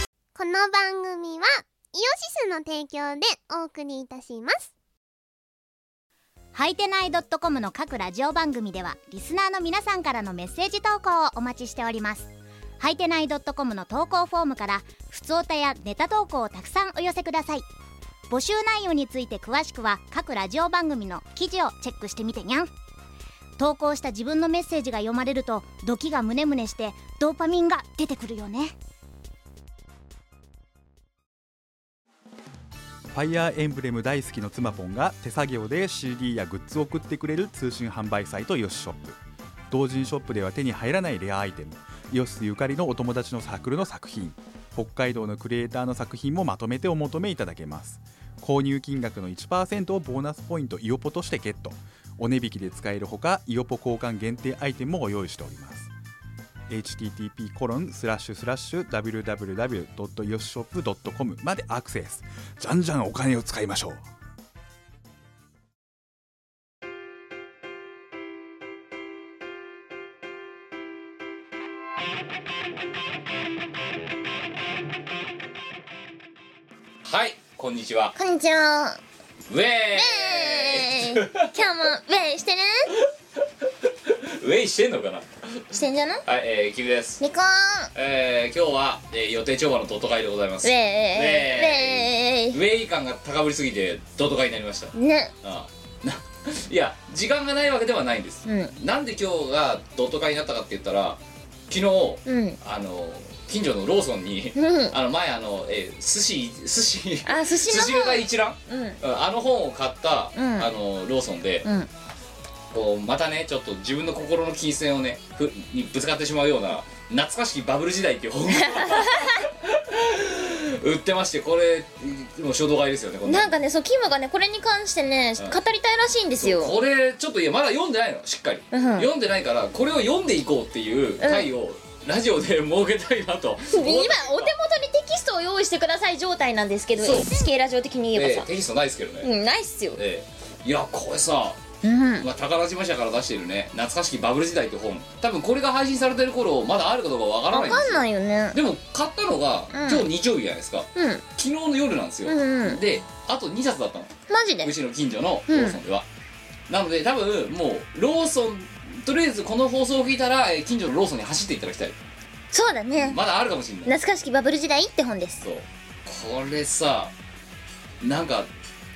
の番組はイオシスの提供でお送りいたしますはいてない .com の各ラジオ番組ではリスナーの皆さんからのメッセージ投稿をお待ちしておりますはいてない .com の投稿フォームからふつおたやネタ投稿をたくさんお寄せください募集内容について詳しくは各ラジオ番組の記事をチェックしてみてにゃん投稿した自分のメッセージが読まれるとドキがムネムネしてドーパミンが出てくるよねファイアーエンブレム大好きの妻ポンが手作業で CD やグッズを送ってくれる通信販売サイトヨシショップ同人ショップでは手に入らないレアアイテムイオシスゆかりのお友達のサークルの作品北海道のクリエイターの作品もまとめてお求めいただけます購入金額の1%をボーナスポイントイオポとしてゲットお値引きで使えるほかイオポ交換限定アイテムもご用意しております http コロンスラッシュスラッシュ www.yoshop.com までアクセスじゃんじゃんお金を使いましょうはいこんにちはこんにちはウェ ーえー、今日もウェイしてるイウェイしてんのかなしてんじゃないはいえー、キムですリコーンえー、今日は、えー、予定調和のドット会でございますウェウイェウェイ感が高ぶりすぎてドット会になりましたイねああないや時間がないわけではないんです、うんなんで今日がドット会になったかって言ったら昨日うんあの近所のローソンにうんあの前あの、えー、寿司寿司あ寿寿司司のが一覧方うんうんあの本を買った、うんあのローソンで、うんこうまたねちょっと自分の心の金銭をねふにぶつかってしまうような懐かしきバブル時代っていう本が 売ってましてこれもう衝動買いですよねこなんかねそうキムがねこれに関してねうん語りたいらしいんですよそうこれちょっといやまだ読んでないのしっかり、うん読んでないからこれを読んでいこうっていう回を、ラジオで 設けたいなと今お手元にテキストを用意してください状態なんですけどそう NHK ラジオ的に言ええばえさ、テキストないですけどね、うんないっすよええいやこれさ、うんまあ、宝島社から出しているね懐かしきバブル時代って本多分これが配信されてる頃まだあるかどうかわからなわいんでかすんよないよねでも買ったのが、うん今日日曜日じゃないですかうん昨日の夜なんですよ、うんうんであと2冊だったのマジでうちの近所のローソンでは、なので多分もうローソンとりあえずこの放送を聞いたらえー近所のローソンに走っていただきたいそうだねまだあるかもしれない懐かしきバブル時代って本ですそうこれさなんか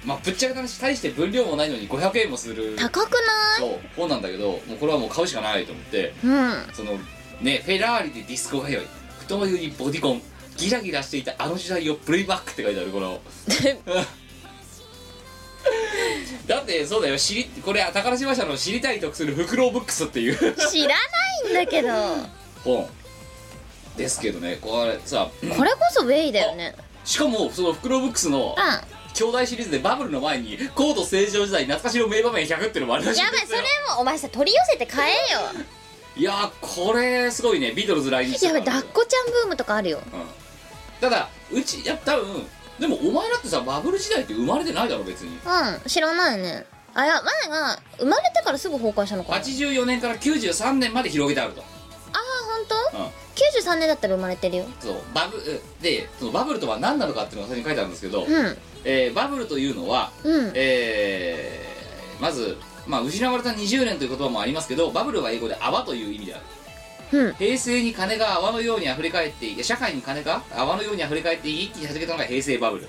まあぶっちゃけた話大して分量もないのに500円もする高くないそう本なんだけどもうこれはもう買うしかないと思ってうん そのねフェラーリでディスコ通い太ももにボディコンギラギラしていたあの時代をプレイバックって書いてあるこのだってそうだよ知りこれ宝島社の知りたい得するフクロウブックスっていう 知らないんだけど本ですけどねこれさこれこそウェイだよねしかもそのフクロウブックスのうん兄弟シリーズでバブルの前に高度成長時代懐かしの名場面100っていうのもあるらしいやんでばいすそよれもお前さ取り寄せて買えよいやーこれすごいねビートルズ来日したやばい抱っこちゃんブームとかあるようんただうちいや多分でもお前だってさバブル時代って生まれてないだろ別にうん知らないねあいや前が生まれてからすぐ崩壊したのかなあ84年から93年まで広げてあると、あう本ん、当？93年だったら生まれてるよそうバブうでそのバブルとは何なのかっていうのが最初に書いてあるんですけど、うんえーバブルというのは、うんえーまず、まあ、失われた20年という言葉もありますけどバブルは英語で泡という意味であるうん平成に金が泡のように溢れ返っていや社会に金が泡のように溢れ返って一気に始めたのが平成バブル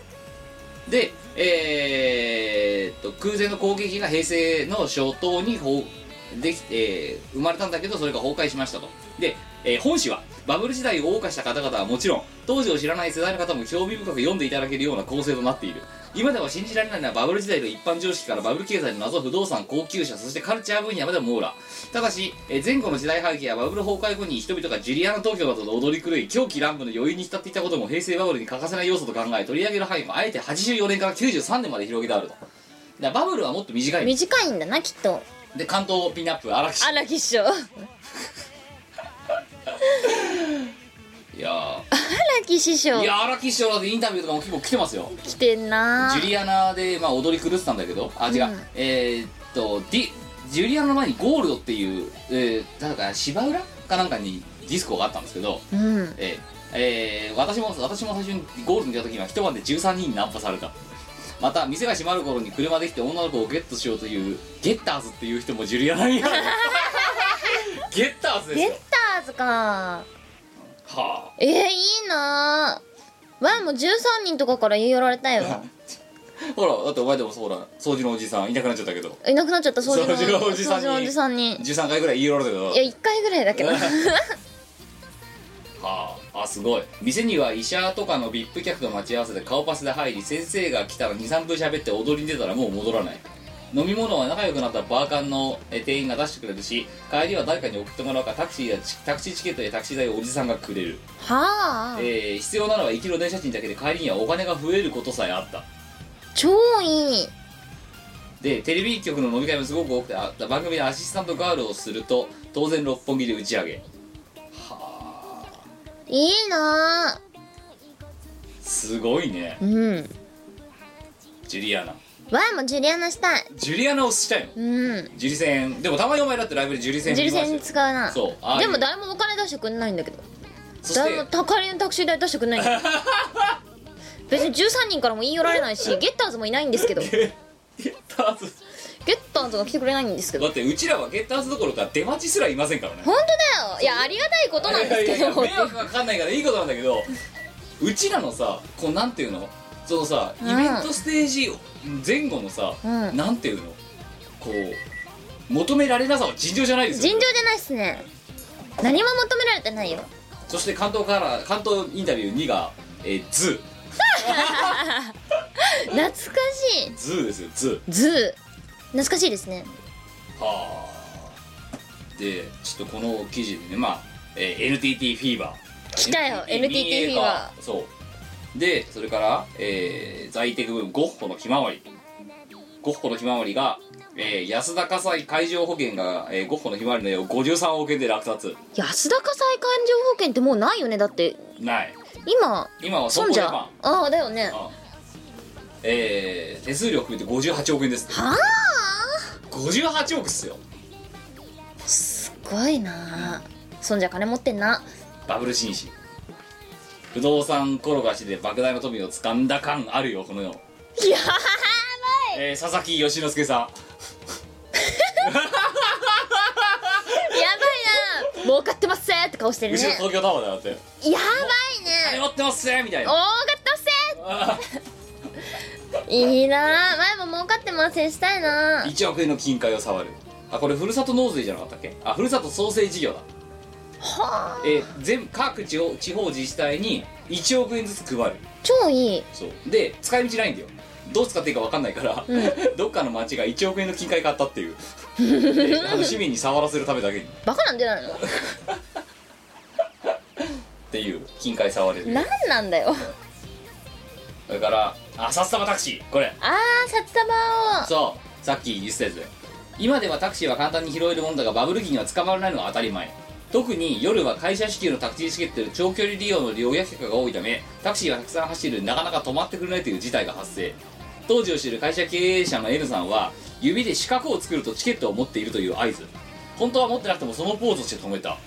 でえー、っと空前の攻撃が平成の初頭にほうでき、えー生まれたんだけどそれが崩壊しましたとで、えー本誌はバブル時代を謳歌した方々はもちろん当時を知らない世代の方も興味深く読んでいただけるような構成となっている今では信じられないのはバブル時代の一般常識からバブル経済の謎不動産高級車そしてカルチャー分野まで網羅ただし、えー前後の時代背景やバブル崩壊後に人々がジュリアナ東京などの踊り狂い狂気乱舞の余韻に浸っていたことも平成バブルに欠かせない要素と考え取り上げる範囲もあえて84年から93年まで広げてあるとだからバブルはもっと短い短いんだなきっとで関東ピンナップ荒木氏荒木師匠荒いや木師ー匠いや荒木師匠だってインタビューとかも結構来てますよ来てんなジュリアナで、まあ、踊り狂ってたんだけどあ違う、うんえーっとディジュリアナの前にゴールドっていう、えー、なんか芝浦かなんかにディスコがあったんですけど、うんええー私も私も最初にゴールドにいた時には一晩で13人にナンパされたまた店が閉まる頃に車で来て女の子をゲットしようというゲッターズっていう人もジュリアナにゲッターズですゲッよターズかはえー、いいなーわいも13人とかから言い寄られたよあほらだってお前でもそうだ掃除のおじさんいなくなっちゃったけどいなくなっちゃった掃除の掃除のおじさん掃に除のおじさんにい13回ぐらい言い寄られたけどや1回ぐらいだけど はああすごい店には医者とかの VIP 客と待ち合わせで顔パスで入り先生が来たら23分喋って踊りに出たらもう戻らない飲み物は仲良くなったバーカンのえ店員が出してくれるし帰りは誰かに送ってもらうかタクシーやチタクシーチケットやタクシー代をおじさんがくれる、はあえー必要なのは行きの電車賃だけで帰りにはお金が増えることさえあった超いいでテレビ局の飲み会もすごく多くてあ番組でアシスタントガールをすると当然六本木で打ち上げはあいいなすごいねーうんジュリアナわいもジュリアナしたいジュリアナをしたいのうん樹里線でもたまにお前だってライブで樹里線ジュリ見ま線し使うなそうああいでうも誰もお金出してくれないんだけどそし誰もて高りのタクシー代出してくれないんだ よ別に13人からも言い寄られないしゲッターズもいないんです けどゲッゲッターズターズが来てくれないんですけだどってうちらはゲッターズどころか出待ちすらいませんからね本当だよいやありがたいことなんですけいやいやど迷惑がかかんないからいいことなんだけどうちらのさこうなんていうのそのさイんベントステージ前後のさ、うんなんていうのこう求められなさは尋常じゃないですよ尋常じゃないっすね何も求められてないよそして関東から関東インタビュー2が、えー、ズ懐かしいーズーですよズーズー懐かしいですねはあでちょっとこの記事でねまあ、えー NTT フィーバー来たよ NTT フィーバーそうでそれから、えー、在宅部分ゴッホのひまわりゴッホのひまわりが、えー安田火災海上保険が、えーゴッホのひまわりの絵を53億円で落札安田火災環状保険ってもうないよねだってない今今は損損保じジゃャパあンあーだよねあえー手数料含めて58億円ですはあ58億っすよすごいなそんじゃ金持ってんなバブル紳士不動産転がしで莫大な富を掴んだ感あるよこの世やばい、えー佐々木義之助さやばいな儲かってますって顔してんる後ねろ東京タワーだよだってやばい「金ね持ってますね」みたい儲かなってますっていいな前も儲かってますってしたいな1億円の金塊を触るあこれふるさと納税じゃなかったっけあふるさと創生事業だはあえー全各地方地方自治体に1億円ずつ配る超いいそうで使い道ないんだよどう使っていいか分かんないから、 どっかの町が1億円の金塊買ったっ ていうであの市民に触らせるためだけにバカなんじゃないのっていう金塊触れる何なんだよそれからあ札束タクシーこれあー札束をそうさっき言ってたやつだよ今ではタクシーは簡単に拾えるものだがバブル期には捕まらないのが当たり前特に夜は会社支給のタクシーチケットで長距離利用の利用客が多いためタクシーはたくさん走るなかなか止まってくれないという事態が発生当時を知る会社経営者の N さんは指で四角を作るとチケットを持っているという合図本当は持ってなくてもそのポーズをして止めた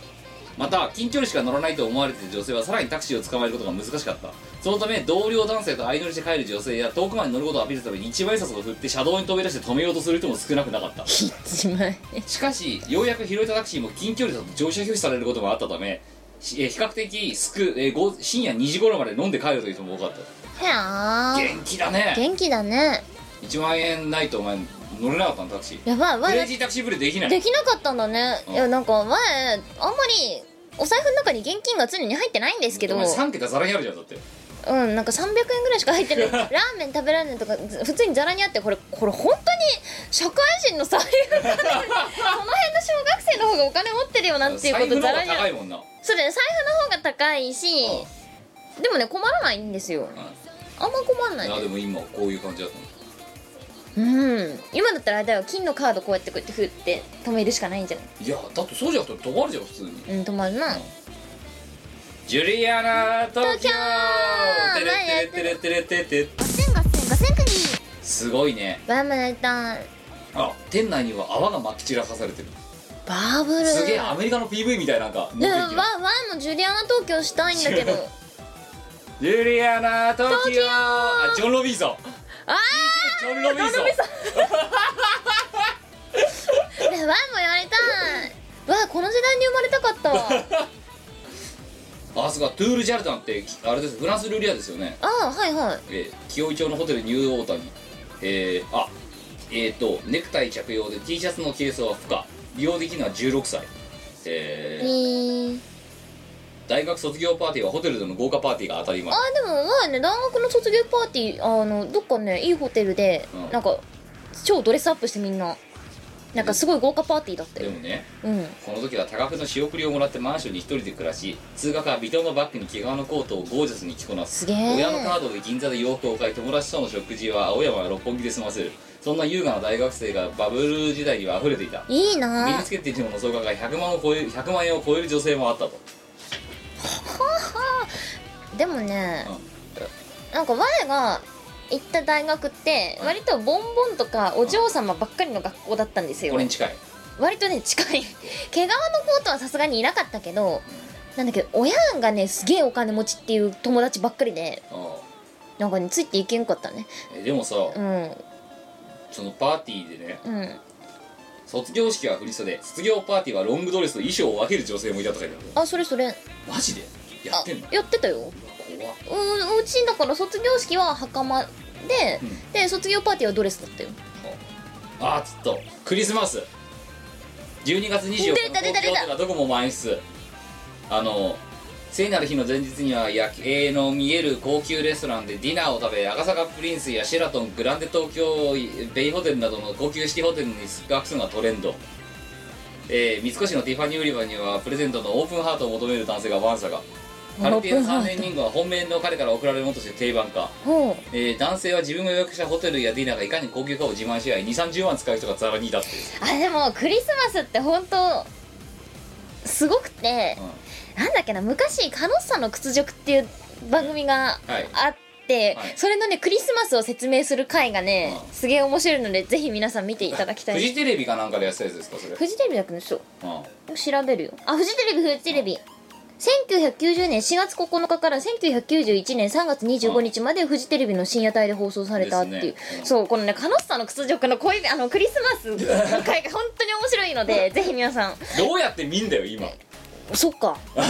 また近距離しか乗らないと思われている女性はさらにタクシーを捕まえることが難しかったそのため同僚男性と相乗りして帰る女性や遠くまで乗ることをアピールするために一枚札を振って車道に飛び出して止めようとする人も少なくなかった一枚しかしようやく拾えたタクシーも近距離だと乗車拒否されることもあったためしえー比較的すく、えーご深夜2時頃まで飲んで帰るという人も多かっへあた元気だね元気だね1万円ないとお前乗れなかったのタクシーやばいわクレイいジータクシーブレできないできなかったんだね、うんいやなんか前あんまりお財布の中に現金が常に入ってないんですけどおう前ん3桁ざらにあるじゃんだってなんか300円ぐらいしか入ってない ラーメン食べられないとかず普通にザラにあってこれこれ本当に社会人の財布だ ねこの辺の小学生の方がお金持ってるよなんていう財こ布とのザ方ラがにあ高いるもんなそうだね財布の方が高いしでもね困らないんですよあんま困んないいやねでも今こういう感じだったのうん今だったらあれだよ金のカードこうやってこうやって振って止めるしかないんじゃないいやだってそうじゃなくて止まるじゃん普通にうん止まるなジュリアナ東東京京テレテレテレテレテレガセンガセンガセンクニーすごいねワイもやりたいあ店内には泡がまき散らかされてるバーブルすげえアメリカの PV みたいなんかね持ワってンきてワンもジュリアナ東京したいんだ けど違うジュリアナ東京あジョン・ロビンソンあジョン・ロビンソンーねワンもやりたいわあこの時代に生まれたか ったわあすがトゥール・ジャルダンってきあれですフランス料理屋ですよねああはいはいえー紀尾井町のホテルニューオータニえー、あえっ、とネクタイ着用で T シャツの軽装は不可利用できるのは16歳ええーー、大学卒業パーティーはホテルでの豪華パーティーが当たり前あでも前ね大学の卒業パーティーあのどっかねいいホテルで、うんなんか超ドレスアップしてみんななんかすごい豪華パーティーだったでよもねうんこの時は多額の仕送りをもらってマンションに一人で暮らし通学は微糖のバッグに毛皮のコートをゴージャスに着こなすすげえ親のカードで銀座で洋服を買い友達との食事は青山や六本木で済ませるそんな優雅な大学生がバブル時代には溢れていたいい身なにつけているものの総額が100万を超える100万円を超える女性もあったとでもね、なんか前が行った大学って割とボンボンとかお嬢様ばっかりの学校だったんですよこれに近い割とね近い 毛皮のコートはさすがにいなかったけどなんだけど親がねすげえお金持ちっていう友達ばっかりであなんかについていけんかったねえでもさ、うんそのパーティーでねうん卒業式は振り袖卒業パーティーはロングドレスと衣装を分ける女性もいたとか言ってああそれそれるマジでやあってんのやってたよ怖っうんうちだから卒業式は袴で、うんで卒業パーティーはドレスだったよあーちょっとクリスマス12月24日の出た出た東京出た都がどこも満室あの聖なる日の前日には夜景の見える高級レストランでディナーを食べ赤坂プリンスやシェラトングランデ東京ベイホテルなどの高級式ホテルに宿泊するのがトレンドえー、三越のティファニー売り場にはプレゼントのオープンハートを求める男性がわんさかカルティエの3年人後は本命の彼から贈られるものとして定番化ほうえー男性は自分が予約したホテルやディナーがいかに高級かを自慢し合い2 3 0万使う人がざらにいたっていう、あでもクリスマスって本当すごくて、なんだっけな昔カノッサの屈辱っていう番組がはいあって、はいそれのねクリスマスを説明する回がね、うんすげえ面白いのでぜひ皆さん見ていただきたフジいテレビかなんかでやってたやつですかそれ、フジテレビだっけねそううん調べるよあフジテレビフジテレビ1990年4月9日から1991年3月25日までフジテレビの深夜帯で放送されたっていう、ですねうんそうこのねカノッサの屈辱の恋人あのクリスマスの回が本当に面白いの でぜひ皆さんどうやって見んだよ今そっ かビデ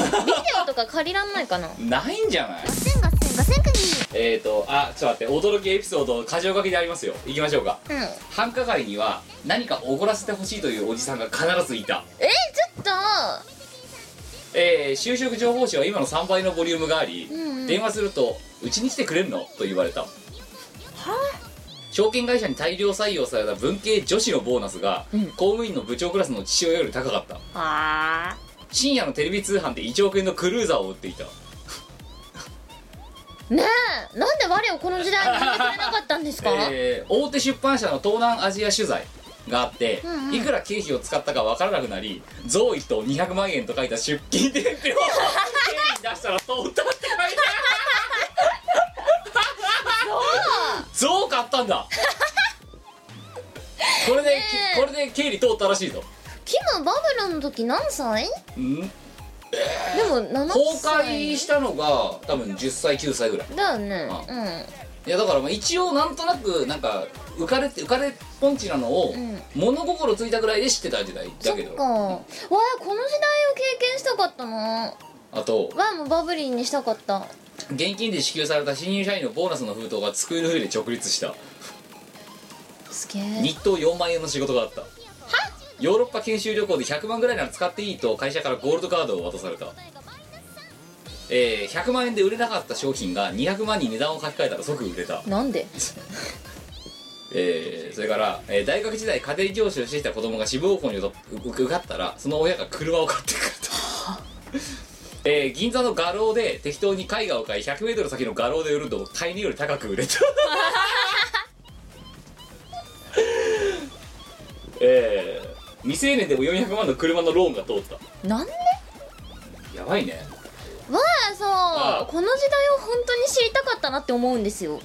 オとか借りらんないかなないんじゃないせんがせんがせんくにえっ、ー、とあちょっと待って驚きエピソード箇条書きでありますよ行きましょうかうん繁華街には何かおごらせてほしいというおじさんが必ずいた、えー、ちょっえー就職情報誌は今の3倍のボリュームがあり、んうん電話すると「うちに来てくれんの?」と言われた証券会社に大量採用された文系女子のボーナスが、うん公務員の部長クラスの父親より高かったとあ深夜のテレビ通販で1億円のクルーザーを売っていたねえなんで我をこの時代に入れてくれなかったんですか、えー大手出版社の東南アジア取材があって、んうんいくら経費を使ったか分からなくなり贈与と200万円と書いた出勤伝票を手に出したら通ったって書いてある贈買ったん だこれで、えこれで経理通ったらしいぞキムバブルの時何歳うんでも7公開歳したのが多分10歳9歳ぐらいだよねあうんいやだからまあ一応なんとなくなんか浮かれて浮かれっぽんちなのをうん物心ついたぐらいで知ってた時代そだっけかど、わあこの時代を経験したかったなあとわあもうバブリーにしたかった現金で支給された新入社員のボーナスの封筒が机の上で直立したすげえ日当4万円の仕事があったヨーロッパ研修旅行で100万ぐらいなら使っていいと会社からゴールドカードを渡された、えー、100万円で売れなかった商品が200万に値段を書き換えたら即売れたなんでえーそれから、えー大学時代家庭教師をしていた子供が志望校に受受かったらその親が車を買ってくると、えー銀座の画廊で適当に絵画を買い 100m 先の画廊で売ると買い値より高く売れた えー未成年でも400万の車のローンが通ったなんでやばいねわあそうああこの時代を本当に知りたかったなって思うんですよ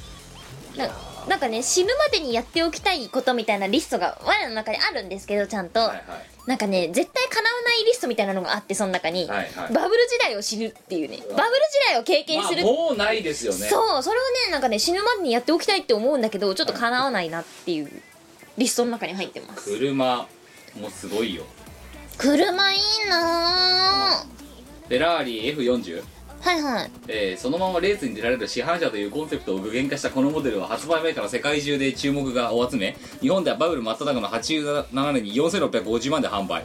ななんかね死ぬまでにやっておきたいことみたいなリストが我の中にあるんですけどちゃんと、はいはいなんかね絶対叶わないリストみたいなのがあってその中に、はいはいバブル時代を知るっていうねバブル時代を経験する、まあ、もうないですよねそうそれをねなんかね死ぬまでにやっておきたいって思うんだけどちょっと叶わないなっていうリストの中に入ってます車もすごいよ車いいなぁフェラーリ F40、はいはいえーそのままレースに出られる市販車というコンセプトを具現化したこのモデルは発売前から世界中で注目がお集め日本ではバブル真っ只中の87年に4650万で販売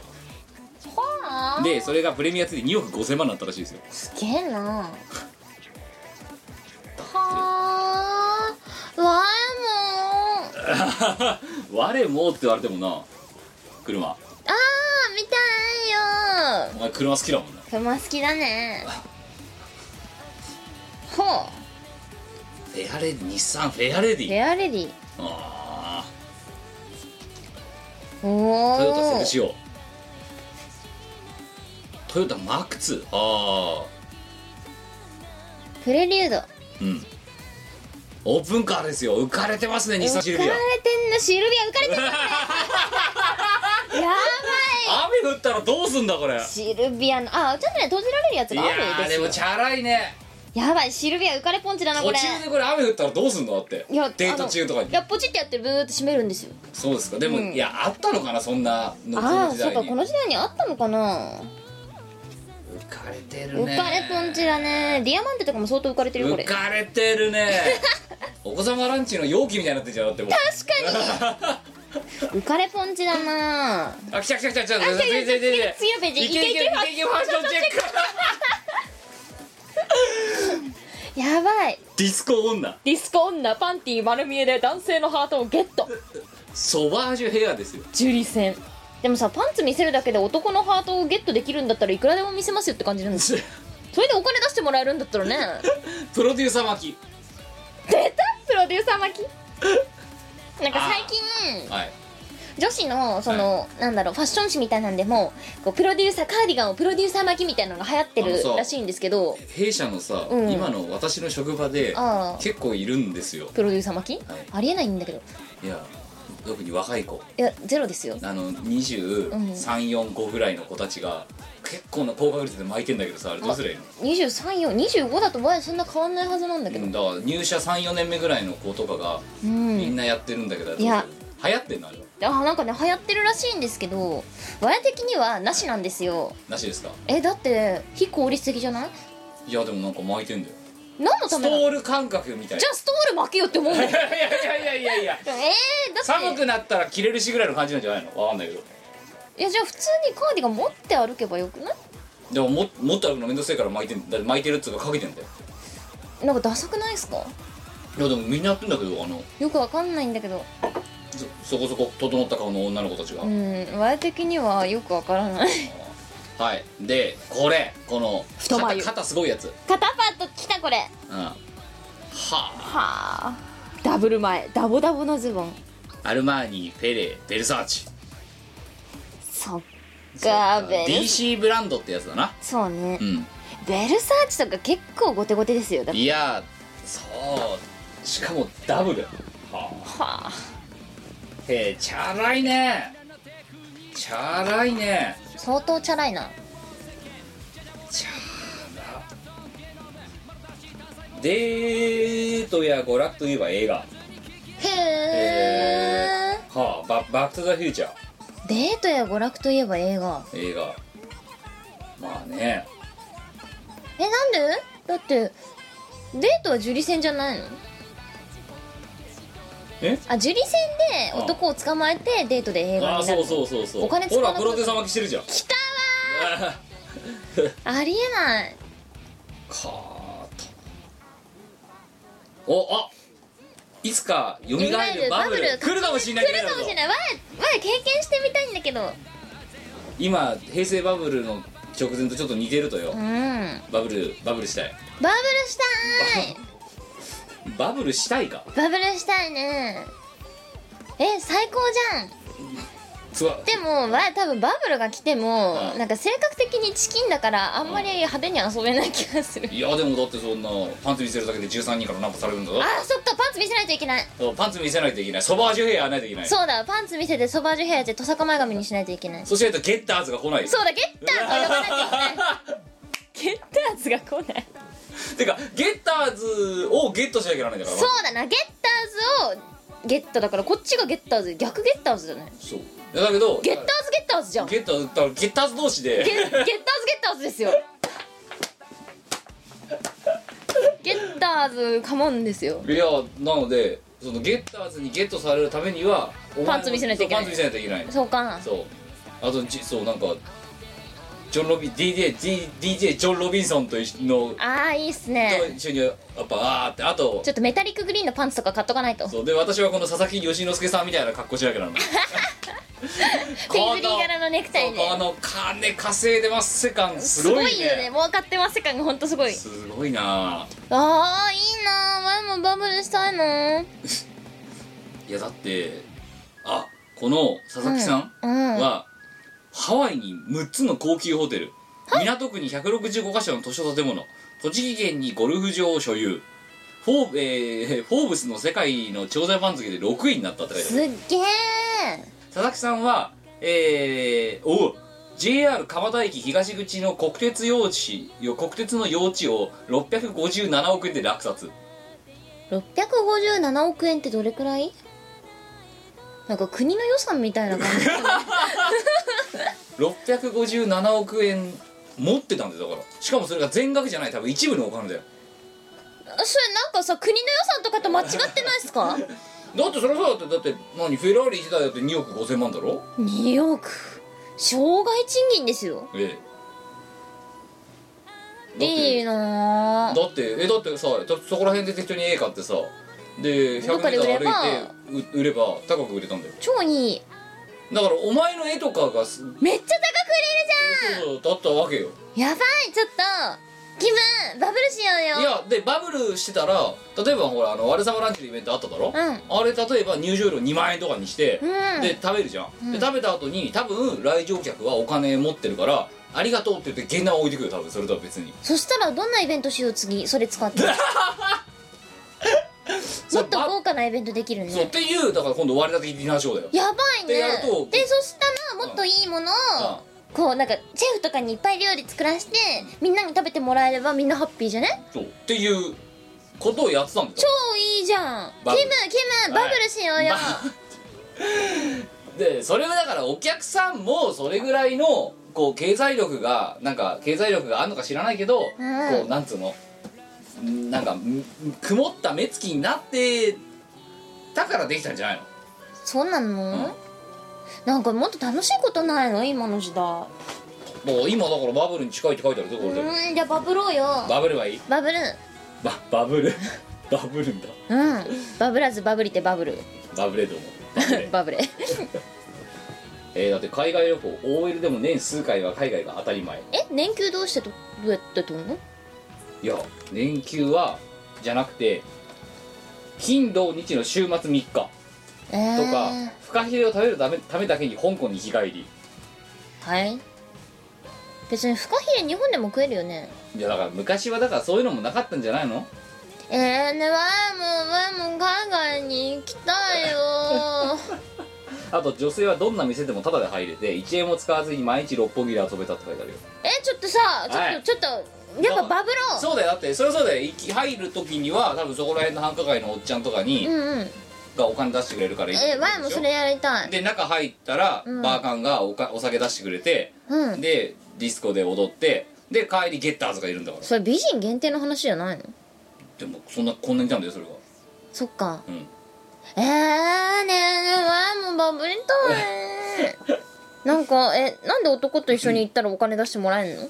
はでそれがプレミアついて2億5000万になったらしいですよ すげえなはあわえもんあ我もって言われてもな車ー見たいよお前車好きだもんな車好きだねほうフェアレディ日産フェアレディレアレディああおトヨタセおクシオトヨタマック2ああプレリュードうんオープンカーですよ浮かれてますね日産シルビア浮かれてんなシルビア浮かれてるやば雨降ったらどうすんだこれいシルビアのあちょっとね閉じられるやついがやあるーでもでチすよャラいねやばいシルビア浮かれポンチだなこ途れ中でこれ雨降ったらどうすんのだっていやデート中とかあのにいやポチってやってるブーって閉めるんですよそうですかでも、うんいやあったのかなそんなのこあのあ時そう代かにこの時代にあったのかな浮かれてる浮ねかれポンチだねディアマンテとかも相当浮かれてるよこれ浮かれてるねお子様ランチの容器みたいになってんじゃんだってもう確か に浮かれポンチだなあ来た来た来た来たあ来た来た来た次のページいけいけいけいけファッションチェックやばいディスコ女ディスコ女パンティ丸見えで男性のハートをゲットソバージュヘアですよ樹里線でもさパンツ見せるだけで男のハートをゲットできるんだったらいくらでも見せますよって感じなん ですよそれでお金出してもらえるんだったらねプロデューサー巻 出たプロデューサー巻き なんか最き近はい女子のその、なんだろうファッション誌みたいなんでもこうプロデューサーカーディガンをプロデューサー巻きみたいなのが流行ってあのるさらしいんですけど弊社のさ、うん今の私の職場でああ結構いるんですよプロデューサー巻き、はいありえないんだけどいや特に若い子いやゼロですよあの2う3ん3 4 5ぐらいの子たちが結構な高確率で巻いてんだけどさあれどうすりゃいいの2325だと前そんな変わんないはずなんだけどうんだから入社34年目ぐらいの子とかがうんみんなやってるんだけど、いや流行ってんのあれはあなんかね流行ってるらしいんですけどわや的にはなしなんですよなしですかえだって非効率的じゃないいやでもなんか巻いてんだよ何のたスめトなのール感覚みたいなじゃあストール負けよって思うんだよいやいやいやいやいやえー、だって寒くなったら着れるしぐらいの感じなんじゃないのわかんないけどいやじゃあ普通にカーディガン持って歩けばよくないでもも持ったらめんどくせえから巻いてんだって巻いてるっつうかかけてんだよなんかダサくないですかいやでもみんなやってんだけどあのよくわかんないんだけどそそこそこ整った顔の女の子たちが、うんわや的にはよくわからないはいでこれこの太眉肩肩すごいやつうん肩パッドきたこれはあはあダブル前ダボダボのズボンアルマーニフェレベルサーチそっかベル DC ブランドってやつだなそうねうんベルサーチとか結構ゴテゴテですよだっていやーそうしかもダブルはあはあへえチャラいねチャラいね相当チャラいなチャラデートや娯楽といえば映画へえはあババック・トゥ・ザ・フューチャーデートや娯楽といえば映画映画まあねえなんでだってデートは樹里戦じゃないのえあ樹里戦で男を捕まえてデートで映あ画あになそるうそうそうそうお金使ほわならくなるプロデューサー巻きしてるじゃん来た ああわありえないカーッとおあいつか蘇るバブル来るかもしれない来るかもしれないわえわえ経験してみたいんだけど今平成バブルの直前とちょっと似てるとよ、うんバブルバブルしたいバブルしたい バブルしたいかバブルしたいねえ最高じゃんつわでもわ多分バブルが来てもうんなんか性格的にチキンだからあんまり派手に遊べない気がするいやでもだってそんなパンツ見せるだけで13人からナンパされるんだぞあそっかパンツ見せないといけないそうパンツ見せないといけないソバージュヘアやらないといけないそそうだパンツ見せてソバージュヘアでトサカ前髪にしないといけないしてるとゲッターズが来ないそうだゲッターズを呼ばなきゃい けないゲッターズが来ないてかゲッターズをゲットしなきゃならないんだからそうだなゲッターズをゲッタだからこっちがゲッターズ逆ゲッターズだねそういやだけどゲッターズゲッターズじゃんゲゲッターズだからゲッターズ同士ゲでッターズゲッターズですよゲッターズカモンですよいやなのでそのゲッターズにゲットされるためにはお前の パンツ見せないといけないそうパンツ見せないといけないそうかそうあとじそうなんかジョン・ロビン DJ, D- DJ ジョン・ロビンソンと一緒のああいいっすとね一緒にやっぱあーってあとちょっとメタリックグリーンのパンツとか買っとかないとそうで私はこの佐々木義之助さんみたいな格好しなき ゃならないペイズリー柄のネクタイそうでこの金稼いでます世感すすごごいねいよね儲かってます世界がほんとすごいすごいなああいいなー前もバブルしたいなーいやだってあこの佐々木さんうんは、ハワイに6つの高級ホテル港区に165か所の図書建物栃木県にゴルフ場を所有フォー,、えー フォーブスの世界の調査番付で6位になったって書いてあするっげえ佐々木さんはえー、おう JR 蒲田駅東口の国鉄用地よ国鉄の用地を657億円で落札657億円ってどれくらいなんか国の予算みたいな感 じ657億円持ってたんだよだからしかもそれが全額じゃない多分一部のお金だよそれなんかさ国の予算とかと間違ってないっすかだってそれはさだってだって何フェラーリ1台だって2億5000万だろ2億生涯賃金ですよえいいえなだーってだってえだってさだそこら辺で適当に絵買ってさでど100っかでメ売れーばター歩いてう売れば高く売れたんだよ超いいだからお前の絵とかがすめっちゃ高く売れるじゃんそうだったわけよやばいちょっと気分バブルしようよいやでバブルしてたら例えばほらあの悪さまランチのイベントあっただろ、んあれ例えば入場料2万円とかにして、うんで食べるじゃん、で食べた後に多分来場客はお金持ってるからありがとうって言って現段を置いてくるよ多分それとは別にそしたらどんなイベントしよう次それ使って もっと豪華なイベントできるそうっねていうだから今度割り当てディナーショーだよやばいでねやるとでそしたらもっといいものをこうなんかシェフとかにいっぱい料理作らしてみんなに食べてもらえればみんなハッピーじゃねそうっていうことをやってたんだ超よいいじゃんキバムブルキムバブルしようよ、まあ でそれはだからお客さんもそれぐらいのこう経済力がなんか経済力があるのか知らないけんど、こうなんつうのんなんかん曇った目つきになってだからできたんじゃないのそうなの、なんかもっと楽しいことないの今の時代もう今だからバブルに近いって書いてあるぞこれでもうんじゃあバブろうよバブルはいいバブルババブル バブルんだうんバブらずバブりてバブルバブレードもバブ レバブれえー、だって海外旅行 OL でも年数回は海外が当たり前え年給どうしてとどうやって取んのいや年休はじゃなくて金土日の週末3日とか、えー、フカヒレを食べるためためだけに香港に日帰りはい別にフカヒレ日本でも食えるよねいやだから昔はだからそういうのもなかったんじゃないのえー、ねわいもわいも海外に行きたいよあと女性はどんな店でもタダで入れて1円も使わずに毎日六本木で遊べたって書いてあるよえちょっとさちょっと、はいちょっとやっぱバブろうそうだよだってそれはそうだよ行き入る時には多分そこら辺の繁華街のおっちゃんとかに、うんうんがお金出してくれるから行くえわいもそれやりたいで中入ったら、うんバーカンがおかお酒出してくれてうんでディスコで踊ってで帰りゲッターズがいるんだからそれ美人限定の話じゃないのでもそんなこんなにいたんだよそれがそっかうんえー、ねえねえわいもバブりたい なんかえなんで男と一緒に行ったらお金出してもらえんの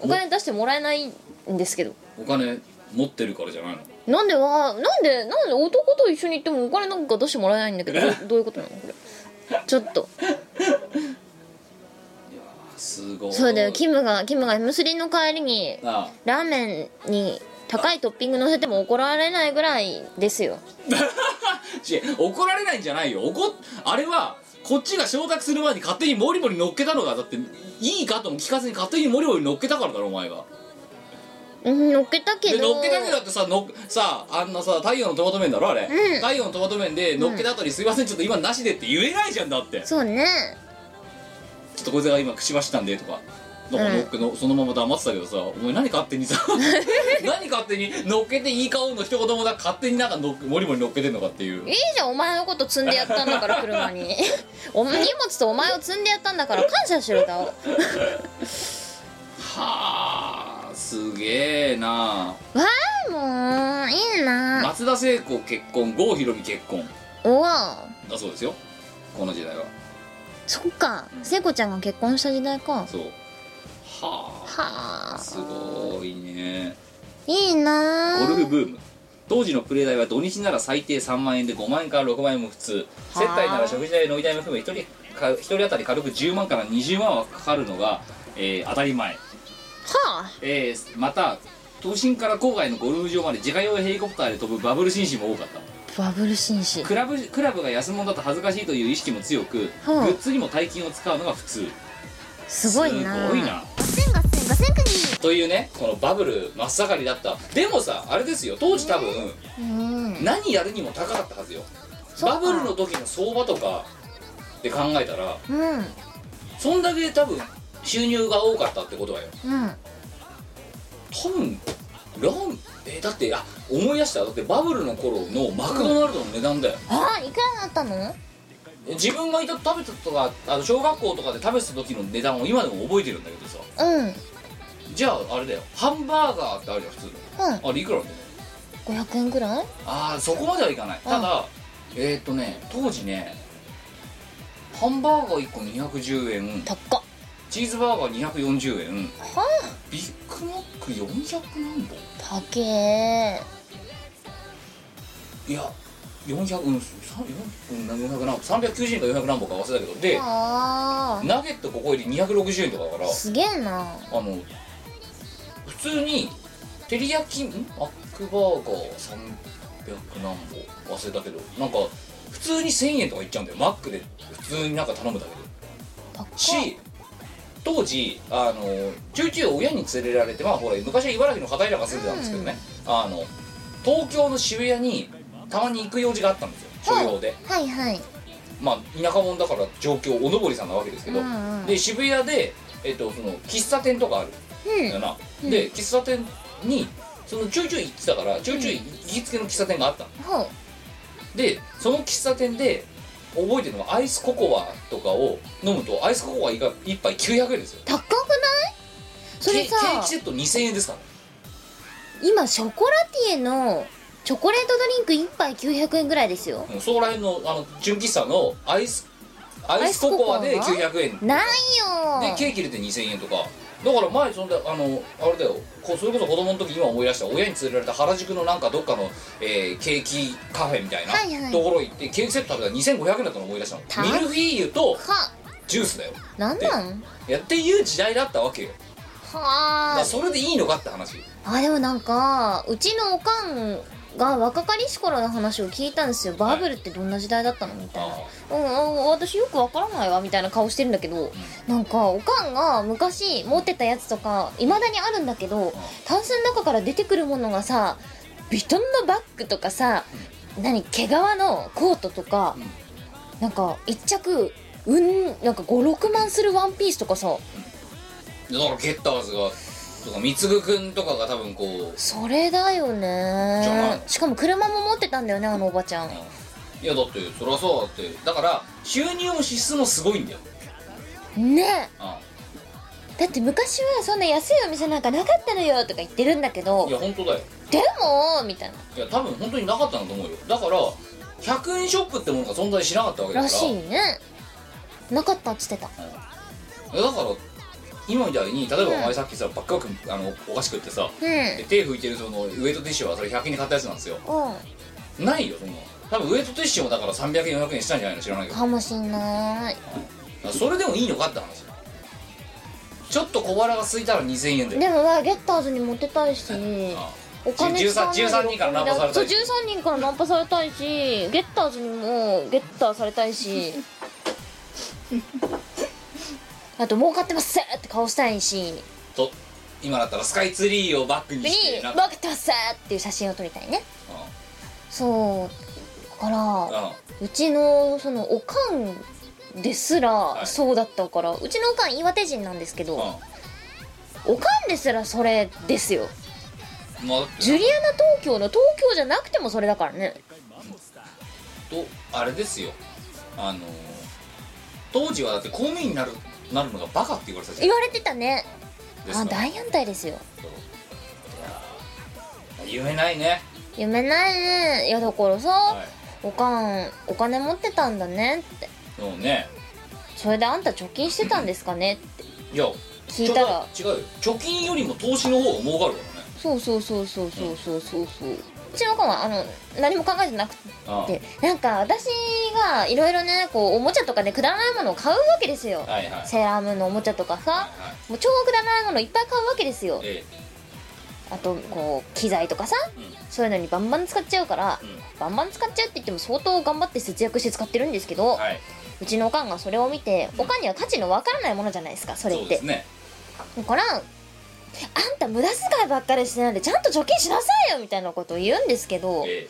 お金出してもらえないんですけどお金持ってるからじゃないのなんでわなんでなんで男と一緒に行ってもお金なんか出してもらえないんだけどどどういうことなのこれちょっ とすごいそうだよキムがキムが M3 の帰りにあラーメンに高いトッピング乗せても怒られないぐらいですよあ違う怒られないんじゃないよ怒っあれはこっちが昇格する前に勝手にモリモリ乗っけたのがだっていいかとも聞かずに勝手にモリモリ乗っけたからだろお前がうん乗っけたけでど乗っけたけどだってさのさあんなさ太陽のトマト麺だろあれ、ん太陽のトマト麺で乗っけた後に、すいませんちょっと今なしでって言えないじゃんだってちょそうねっとこいつが今くしばしたんでとかなんか乗っけの、そのまま黙ってたけどさお前何勝手にさ何勝手に乗っけていい顔の一言もなく勝手になんかのっモリモリ乗っけてんのかっていういいじゃんお前のこと積んでやったんだから車に お荷物とお前を積んでやったんだから感謝しろだはあすげえなもういいな松田聖子結婚郷ひろみ結婚おわだそうですよこの時代はそっか聖子ちゃんが結婚した時代かそうははああすごいねいいなゴルフブーム当時のプレー代は土日なら最低3万円で5万円から6万円も普通接待なら食事代飲み代も含め1人か一人当たり軽く10万から20万はかかるのが、えー当たり前はえーまた都心から郊外のゴルフ場まで自家用ヘリコプターで飛ぶバブル紳士も多かったあバブル紳士クラブクラブが安物だと恥ずかしいという意識も強く、はあグッズにも大金を使うのが普通すごいなすごいなガセンガセンガセンクニというねこのバブル真っ盛りだったでもさあれですよ当時多分、うん何やるにも高かったはずよそうバかブルの時の相場とかで考えたらうんそんだけ多分収入が多かったってことはようん多分ラーメンえだってあ思い出しただってバブルの頃のマクドナルドの値段だよ、あいくらになったの自分がいた食べたとかあの小学校とかで食べてた時の値段を今でも覚えてるんだけどさうんじゃああれだよハンバーガーってあるじゃん普通うんのあれいくらなんだよ500円ぐらいああそこまではいかないただえーっとね当時ねハンバーガー1個210円高っチーズバーガー240円はあビッグマック400何本高えいや400うん3 400うん400何本390円か400何本か忘れたけどであナゲットここより260円とかだからあすげえなあの普通に照り焼きんマックバーガー300何本忘れたけどなんか普通に1000円とかいっちゃうんだよマックで普通になんか頼むだけで高っし当時あのちょいちょい親に連れられてまあほら昔は茨城の片平が住んでたんですけどね、あの東京の渋谷にたまに行く用事があったんですよ所用で、はいはいまあ田舎者だから上京おのぼりさんなわけですけど、うんうんで渋谷で、えっと、その喫茶店とかあるんだよな、んで喫茶店にそのちょいちょい行ってたからちょいちょい行きつけの喫茶店があったのほうでその喫茶店で覚えてるのはアイスココアとかを飲むとアイスココア一杯900円ですよ高くないそれさケケーキセット2000円ですからね今ショコラティエのチョコレートドリンク1杯900円ぐらいですよもうそこら辺のあの純喫茶のアイスアイスココアでアイスココ900円ないでよケーキ入れて2000円とかだから前そんであのあれだよこうそれこそ子供の時今思い出した親に連れられた原宿のなんかどっかの、えーケーキカフェみたいはいはないところ行ってケーキセット食べたら2500円だったの思い出したたのミルフィーユとはジュースだよなんなんやっていう時代だったわけよだかはらそれでいいのかって話ああでもなんかうちのおかんが若かりし頃の話を聞いたんですよバブルってどんな時代だったのみたいなあうんうん私よくわからないわみたいな顔してるんだけど、なんかおかんが昔持ってたやつとかいまだにあるんだけど、タンスの中から出てくるものがさビトンのバッグとかさ、何毛皮のコートとか、うんなんか一着うんなんか56万するワンピースとかさだからゲッターズがとか貢くんとかが多分こうそれだよじゃないねしかも車も持ってたんだよねあのおばちゃんいやだってそりゃそうだってだから収入も支出もすごいんだよ、ねうだって昔はそんな安いお店なんかなかったのよとか言ってるんだけん、どいや本当だよでもみたいないや多分本当になかったんだと思うよだから100円ショップってものが存在しなかったわけだかららしいうんねなかったっつってただから今みたいに例えばおうん前さっきさばっかくあのお菓子食ってさうんで手拭いてるそのウェイトティッシュはそれ100円で買ったやつなんですようないよそんなの多分ウェイトティッシュもだから300円400円したんじゃないの知らないけんどかもしんないだからそれでもいいのかって話ちょっと小腹が空いたら2000円だよでもまあゲッターズに持ってたいしあお金じゅ使わないで13人からナンパされたいしそう13人からナンパされたいしゲッターズにもゲッターされたいし あと儲かってますって顔したいしと今だったらスカイツリーをバックにしてにな儲んかかってますっていう写真を撮りたいねうそうだかんらうんうちのそのおかんですらいそうだったから、うちのおかん岩手人なんですけど、おかんですらそれですようんまあだってジュリアナ東京の東京じゃなくてもそれだからねとあれですよあのー当時はだって公務員になるなるのがバカって言われてたじゃ言われてたねんですあから大反対ですよ夢ないね、夢ないねいやだからさ、はおかんお金持ってたんだねってい、もうねそれであんた貯金してたんですかねっていや聞いたらちょ違うよ貯金よりも投資の方が儲かるからねそうそうそうそうそうそうそうそううちのおかんはあの何も考えてなくあてなんか私がいろいろねこうおもちゃとかでくだらないものを買うわけですよ、あはいはいはいセーラームーンのおもちゃとかさはいもう超くだらないものいっぱい買うわけですよえあとこう機材とかさえうんそういうのにバンバン使っちゃうから、うんバンバン使っちゃうって言っても相当頑張って節約して使ってるんですけど、はい、うちのおかんがそれを見ておかんには価値のわからないものじゃないですかそれそうっでてすねだからあんた無駄遣いばっかりしてないでちゃんと貯金しなさいよみたいなことを言うんですけどえ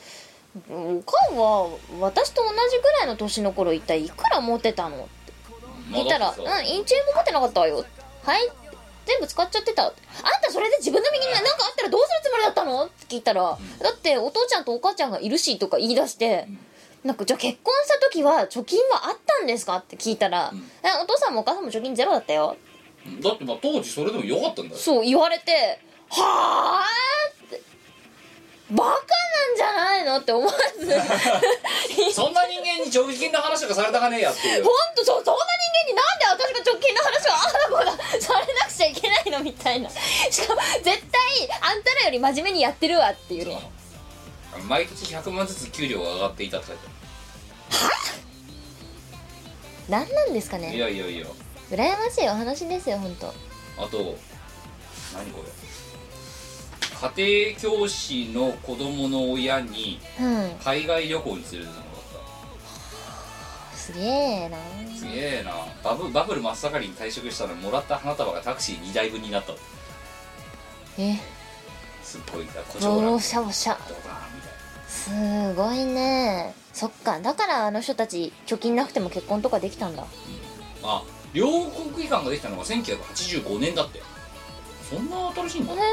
おかんは私と同じぐらいの年の頃一体いくら持ってたのってえ言ったら「戻うんってさ印中も持ってなかったわよ」はい全部使っちゃってたあんたそれで自分の身に何かあったらどうするつもりだったのって聞いたら、だってお父ちゃんとお母ちゃんがいるしとか言い出して、なんかじゃあ結婚した時は貯金はあったんですかって聞いたら、うんえお父さんもお母さんも貯金ゼロだったよだってまあ当時それでもよかったんだよそう言われてはあってバカなんじゃないのって思わず ほんそんな人間に常識の話とかされたかねえやって いうとそそんな人間になんで私が貯金の話をあらこだされなくちゃいけないのみたいなしかも絶対あんたらより真面目にやってるわっていうねあの毎年100万ずつ給料が上がっていたって書いて何なんですかあるいねやいやいや羨ましいお話ですよ本当あと何これ家庭教師の子供の親にうん海外旅行に連れてってもらっすげえなたすげえなバブバブル真っ盛りに退職したらもらった花束がタクシー2台分になったえすっごいな誇張なおドおしゃおしゃカーンみたいすごいねそっかだからあの人たち貯金なくても結婚とかできたんだなまあ両国技館ができたのが1985年だってそんな新しいんだへへえ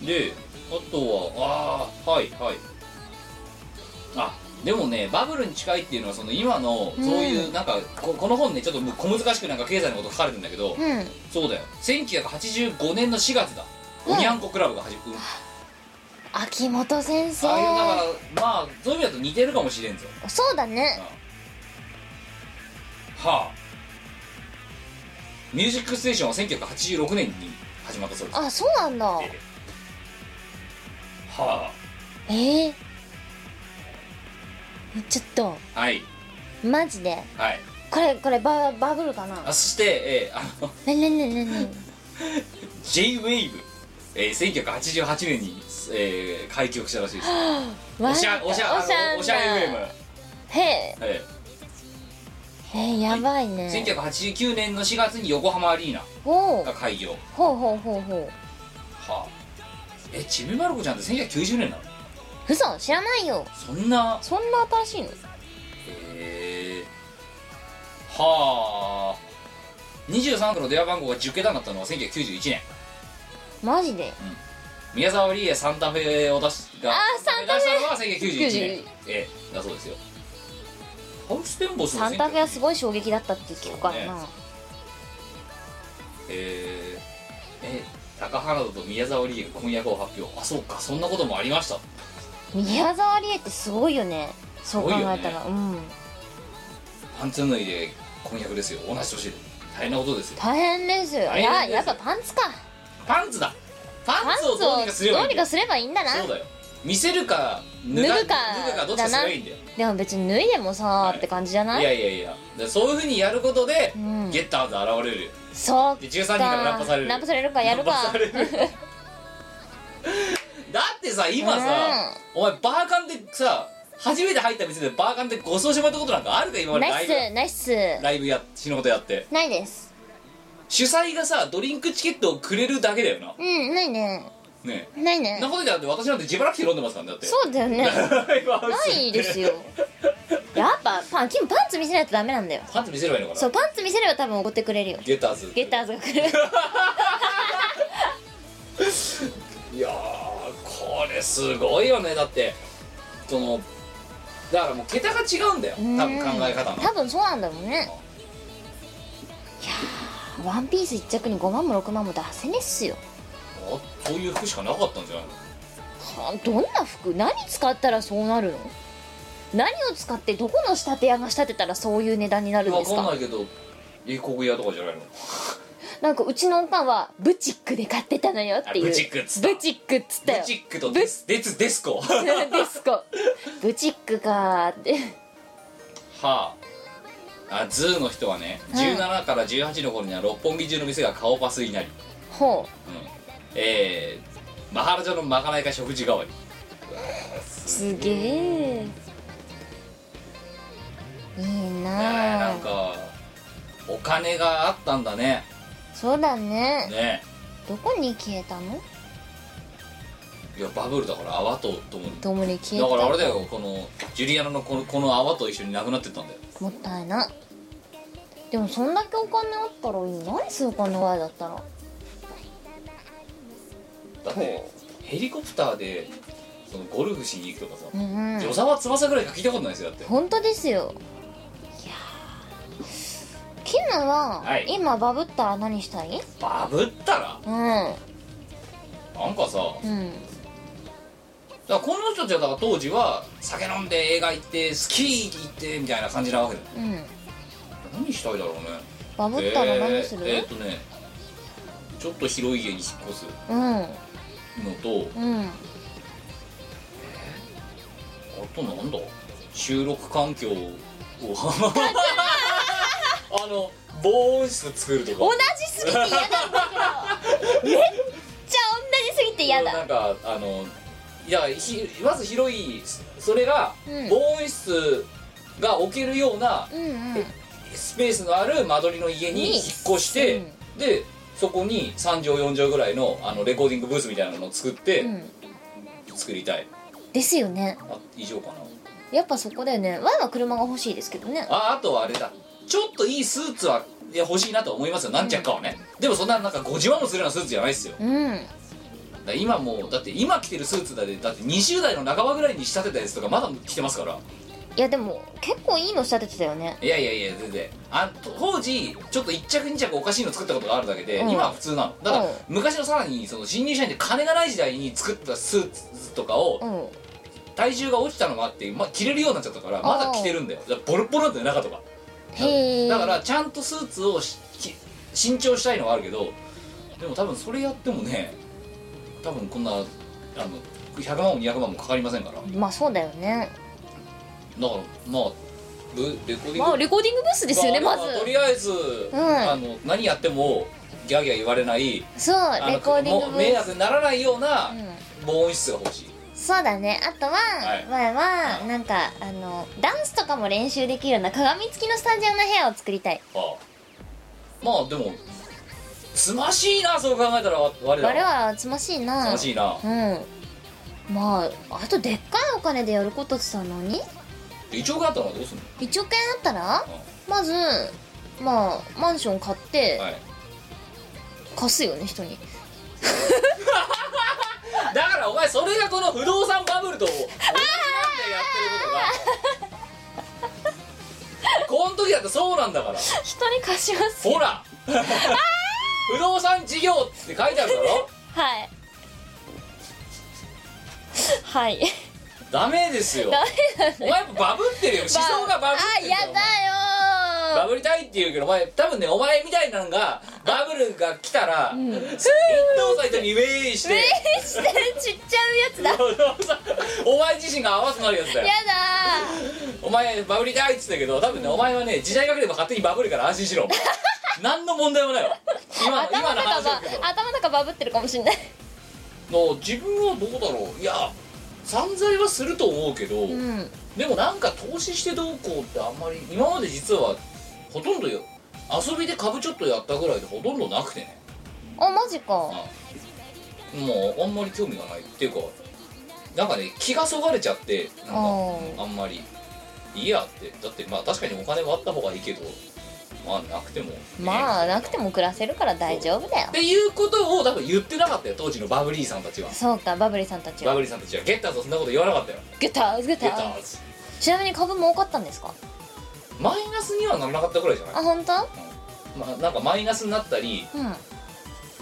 であとはああはいはいあでもねバブルに近いっていうのはその今のそういうなんか、ここの本ねちょっと小難しくなんか経済のこと書かれてんだけど、うんそうだよ1985年の4月だおにゃんこクラブが始まる、秋元先生ああいうだからまあそういう意味だと似てるかもしれんぞ、そうだうんねはあミュージックステーションは1986年に始まったそうですあそうなんだはええちょっとあはいマジではいこれこれババブルかなあそして、えー、あのねねねねね J-WAVE、えー、1988年に、えー、開局したらしいですわおしゃおしゃあのおしゃんおしゃれウェーブだ、へええへえやばいね、ー、1989年の4月に横浜アリーナおうが開業ほうほうほうほはあえちびまる子ちゃんって1990年なのう嘘知らないよそんなそんな新しいのえー、はあ23区の電話番号が10桁になったのは1991年マジで宮沢りえサンタフェを出しがあーサンタフェ出したのは1991年91ええだそうですよハウステンボスのサンタフェはすいごい衝撃だったって聞くからな、そうねえー、え高原と宮沢りえが婚約を発表あそうかそんなこともありました宮沢りえってすごいよねそう考えたすら、ごうんパンツ脱いで婚約ですよ同じ年で大変なことですよ大変ですよ大いや変ですよやっぱパンツかパンツだパパンンツツををどうにかすればどいいうんだにかよすればいいんだなそうだよ見せるか脱脱がぐか脱ぐかどっちかすればいいんだよでも別に脱いでもさ、はいって感じじゃないいやいやいやでそういうふうにやることで、うんゲッターズ現れるよそうかで13人からナンパされるナンパされるかやるかナンパされるだってさ今さ、お前バーカンでさ初めて入った店でバーガンでご馳走してもらったことなんかあるか今までナライイブスナイスライブや死ぬことやってないです主催がさドリンクチケットをくれるだけだよなうんないねねないえねなことでだって私なんて自腹切って飲んでますからねだって そうだよねライブハウスないです よやっぱパン君パンツ見せないとダメなんだよパンツ見せればいいのかそなうパンツ見せれば多分おごってくれるよゲッターズゲッターズが来るいやーこれすごいよねだってそのだからもう桁が違うんだよ 多分考え方の多分そうなんだろうねいやーワンピース一着に5万も6万も出せねっすよあこういう服しかなかったんじゃないのはあどんな服何使ったらそうなるの何を使ってどこの仕立て屋が仕立てたらそういう値段になるんわですかんなかいけど英国屋とかじゃないのなんかうちのおかんはブチックで買ってたのよっていうあブチックっつったブチックっつったよブチックとデスデスデ スコ はデスコブチックかーってああズーの人はね17から18の頃には六本木中の店が顔パスになり、うん、ほえー、マハラジャのまかないか食事代わりうすげえいいねえななあんかお金があったんだねそうだねねどこに消えたのえいやバブルだから泡とともにどもに消えだたからあれだよこのジュリアナのこのこの泡と一緒になくなってったんだよもったいないでもそんだけお金あったらいい何するかなだったらだってヘリコプターでそのゴルフしに行くとかさうんうん与沢翼ぐらいか聞いたことないですよだって本当ですよいやーキヌは、はい今バブったら何したいバブったらうんなんかさだかうんらこの人たちはだから当時は酒飲んで映画行ってスキー行ってみたいな感じなわけだようん何したいだろうねバブったら何する、えーえーっとねちょっと広い家に引っ越すのとうんうんあとなんだ収録環 境をあの防音室作るとか同じすぎて嫌なんだけどめっちゃ同じすぎて嫌なだんかあのいやひまず広いそれがうん防音室が置けるようなうんうんスペースのある間取りの家にに引っ越して、でそこに3畳4畳ぐらいのあのレコーディングブースみたいなのを作って、うん作りたいですよねあ以上かなやっぱそこだよねワンは車が欲しいですけどねああとはあれだちょっといいスーツはいや欲しいなと思いますよ何着かはね、でもそんななんか50万もするようなスーツじゃないですようんだから今もうだって今着てるスーツだってだって20代の半ばぐらいに仕立てたやつとかまだ着てますからいやでも結構いいの仕立ててたよねいやいやいや全然あ当時ちょっと1着2着おかしいの作ったことがあるだけで、うん今は普通なのだから、うん昔のさらにその新入社員で金がない時代に作ったスーツとかうをん体重が落ちたのもあって、まあ、着れるようになっちゃったからまだ着てるんだよだからボロッボロなんだよ中とかへえだからちゃんとスーツをしき新調したいのはあるけどでも多分それやってもね多分こんなあの100万も200万もかかりませんからだかまあそうだよねらまあブレコーディングまあレコーディングブースですよねまあまずとりあえず、んあの何やってもギャーギャー言われないそうあのレコーディングもブー迷ス惑にならないようなうん防音室が欲しい、そうだねあとは、い前ははいなんかあのダンスとかも練習できるような鏡付きのスタジオの部屋を作りたいああまあでもつましいなそう考えたらわ我ら我はつましいつなましいな、うんまああとでっかいお金でやることってさ何で一応があったらどうすんの1億円あったらうまずまあマンション買ってはい貸すよね人にだからお前それがこの不動産バブルと同じなんだよやってることがこの時だってそうなんだから人に貸しますほら不動産事業って書いてあるだろはい はいダメですよダお前やっぱバブってるよ思想がバブってるよあお前やだバよブりたいって言うけどお前多分ねお前みたいなのがバブルが来たら一等斎とにウェイしてえーしてちっちゃいや つだやだお前自身が合わせなるやつだよーお前バブりたいっつったけど多分ねお前はね時代が来れば勝手にバブるから安心 しろ何の問題もないわ今頭の今のとか話だけば頭とかバブってるかもしんないどの自分はどうだろういや散財はすると思うけど、うんでもなんか投資してどうこうってあんまり今まで実はほとんどよ遊びで株ちょっとやったぐらいでほとんどなくてねあマジかもうあんまり興味がないっていうかなんかね気がそがれちゃってなんかあうんあんまりいいやってだってまあ確かにお金はあった方がいいけどまあなくてもね、まあなくても暮らせるから大丈夫だよっていうことを多分言ってなかったよ当時のバブリーさんたちはそうかバブリーさんたちバはブリーさんたちはゲッターズはそんなこと言わなかったよゲターズゲタゲッターーズちなみに株儲かったんですかマイナスにはならなかったぐらいじゃないあ本当まあ、なんかマイナスになったりうん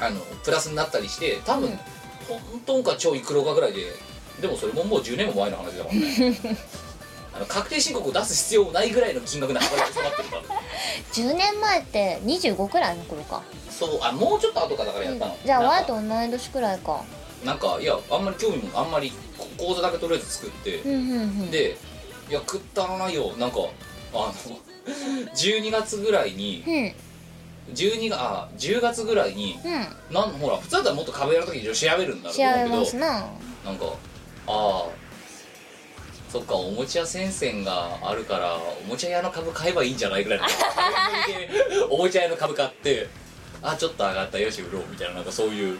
あのプラスになったりして多分、うん本当か超いくろかぐらいででもそれももう10年も前の話だからね あの確定申告を出す必要もないぐらいの金額な上がりに迫ってるから10年前って25くらいの頃か、そうあもうちょっと後かだからやったの、じゃあなんかワイと同い年くらいかなんかいやあんまり興味もあんまりこ口座だけとりあえず作ってう、んうんうんでいや食ったらないよなんかあの 12月ぐらいにうんうん12があ10月ぐらいになんほら普通だったらもっと壁やるときに調べるんだろう調とべ思まうけすどななんかああそっかおもちゃ戦線があるからおもちゃ屋の株買えばいいんじゃない ぐらいのおもちゃ屋の株買ってあちょっと上がったよし売ろうみたいななんかそういう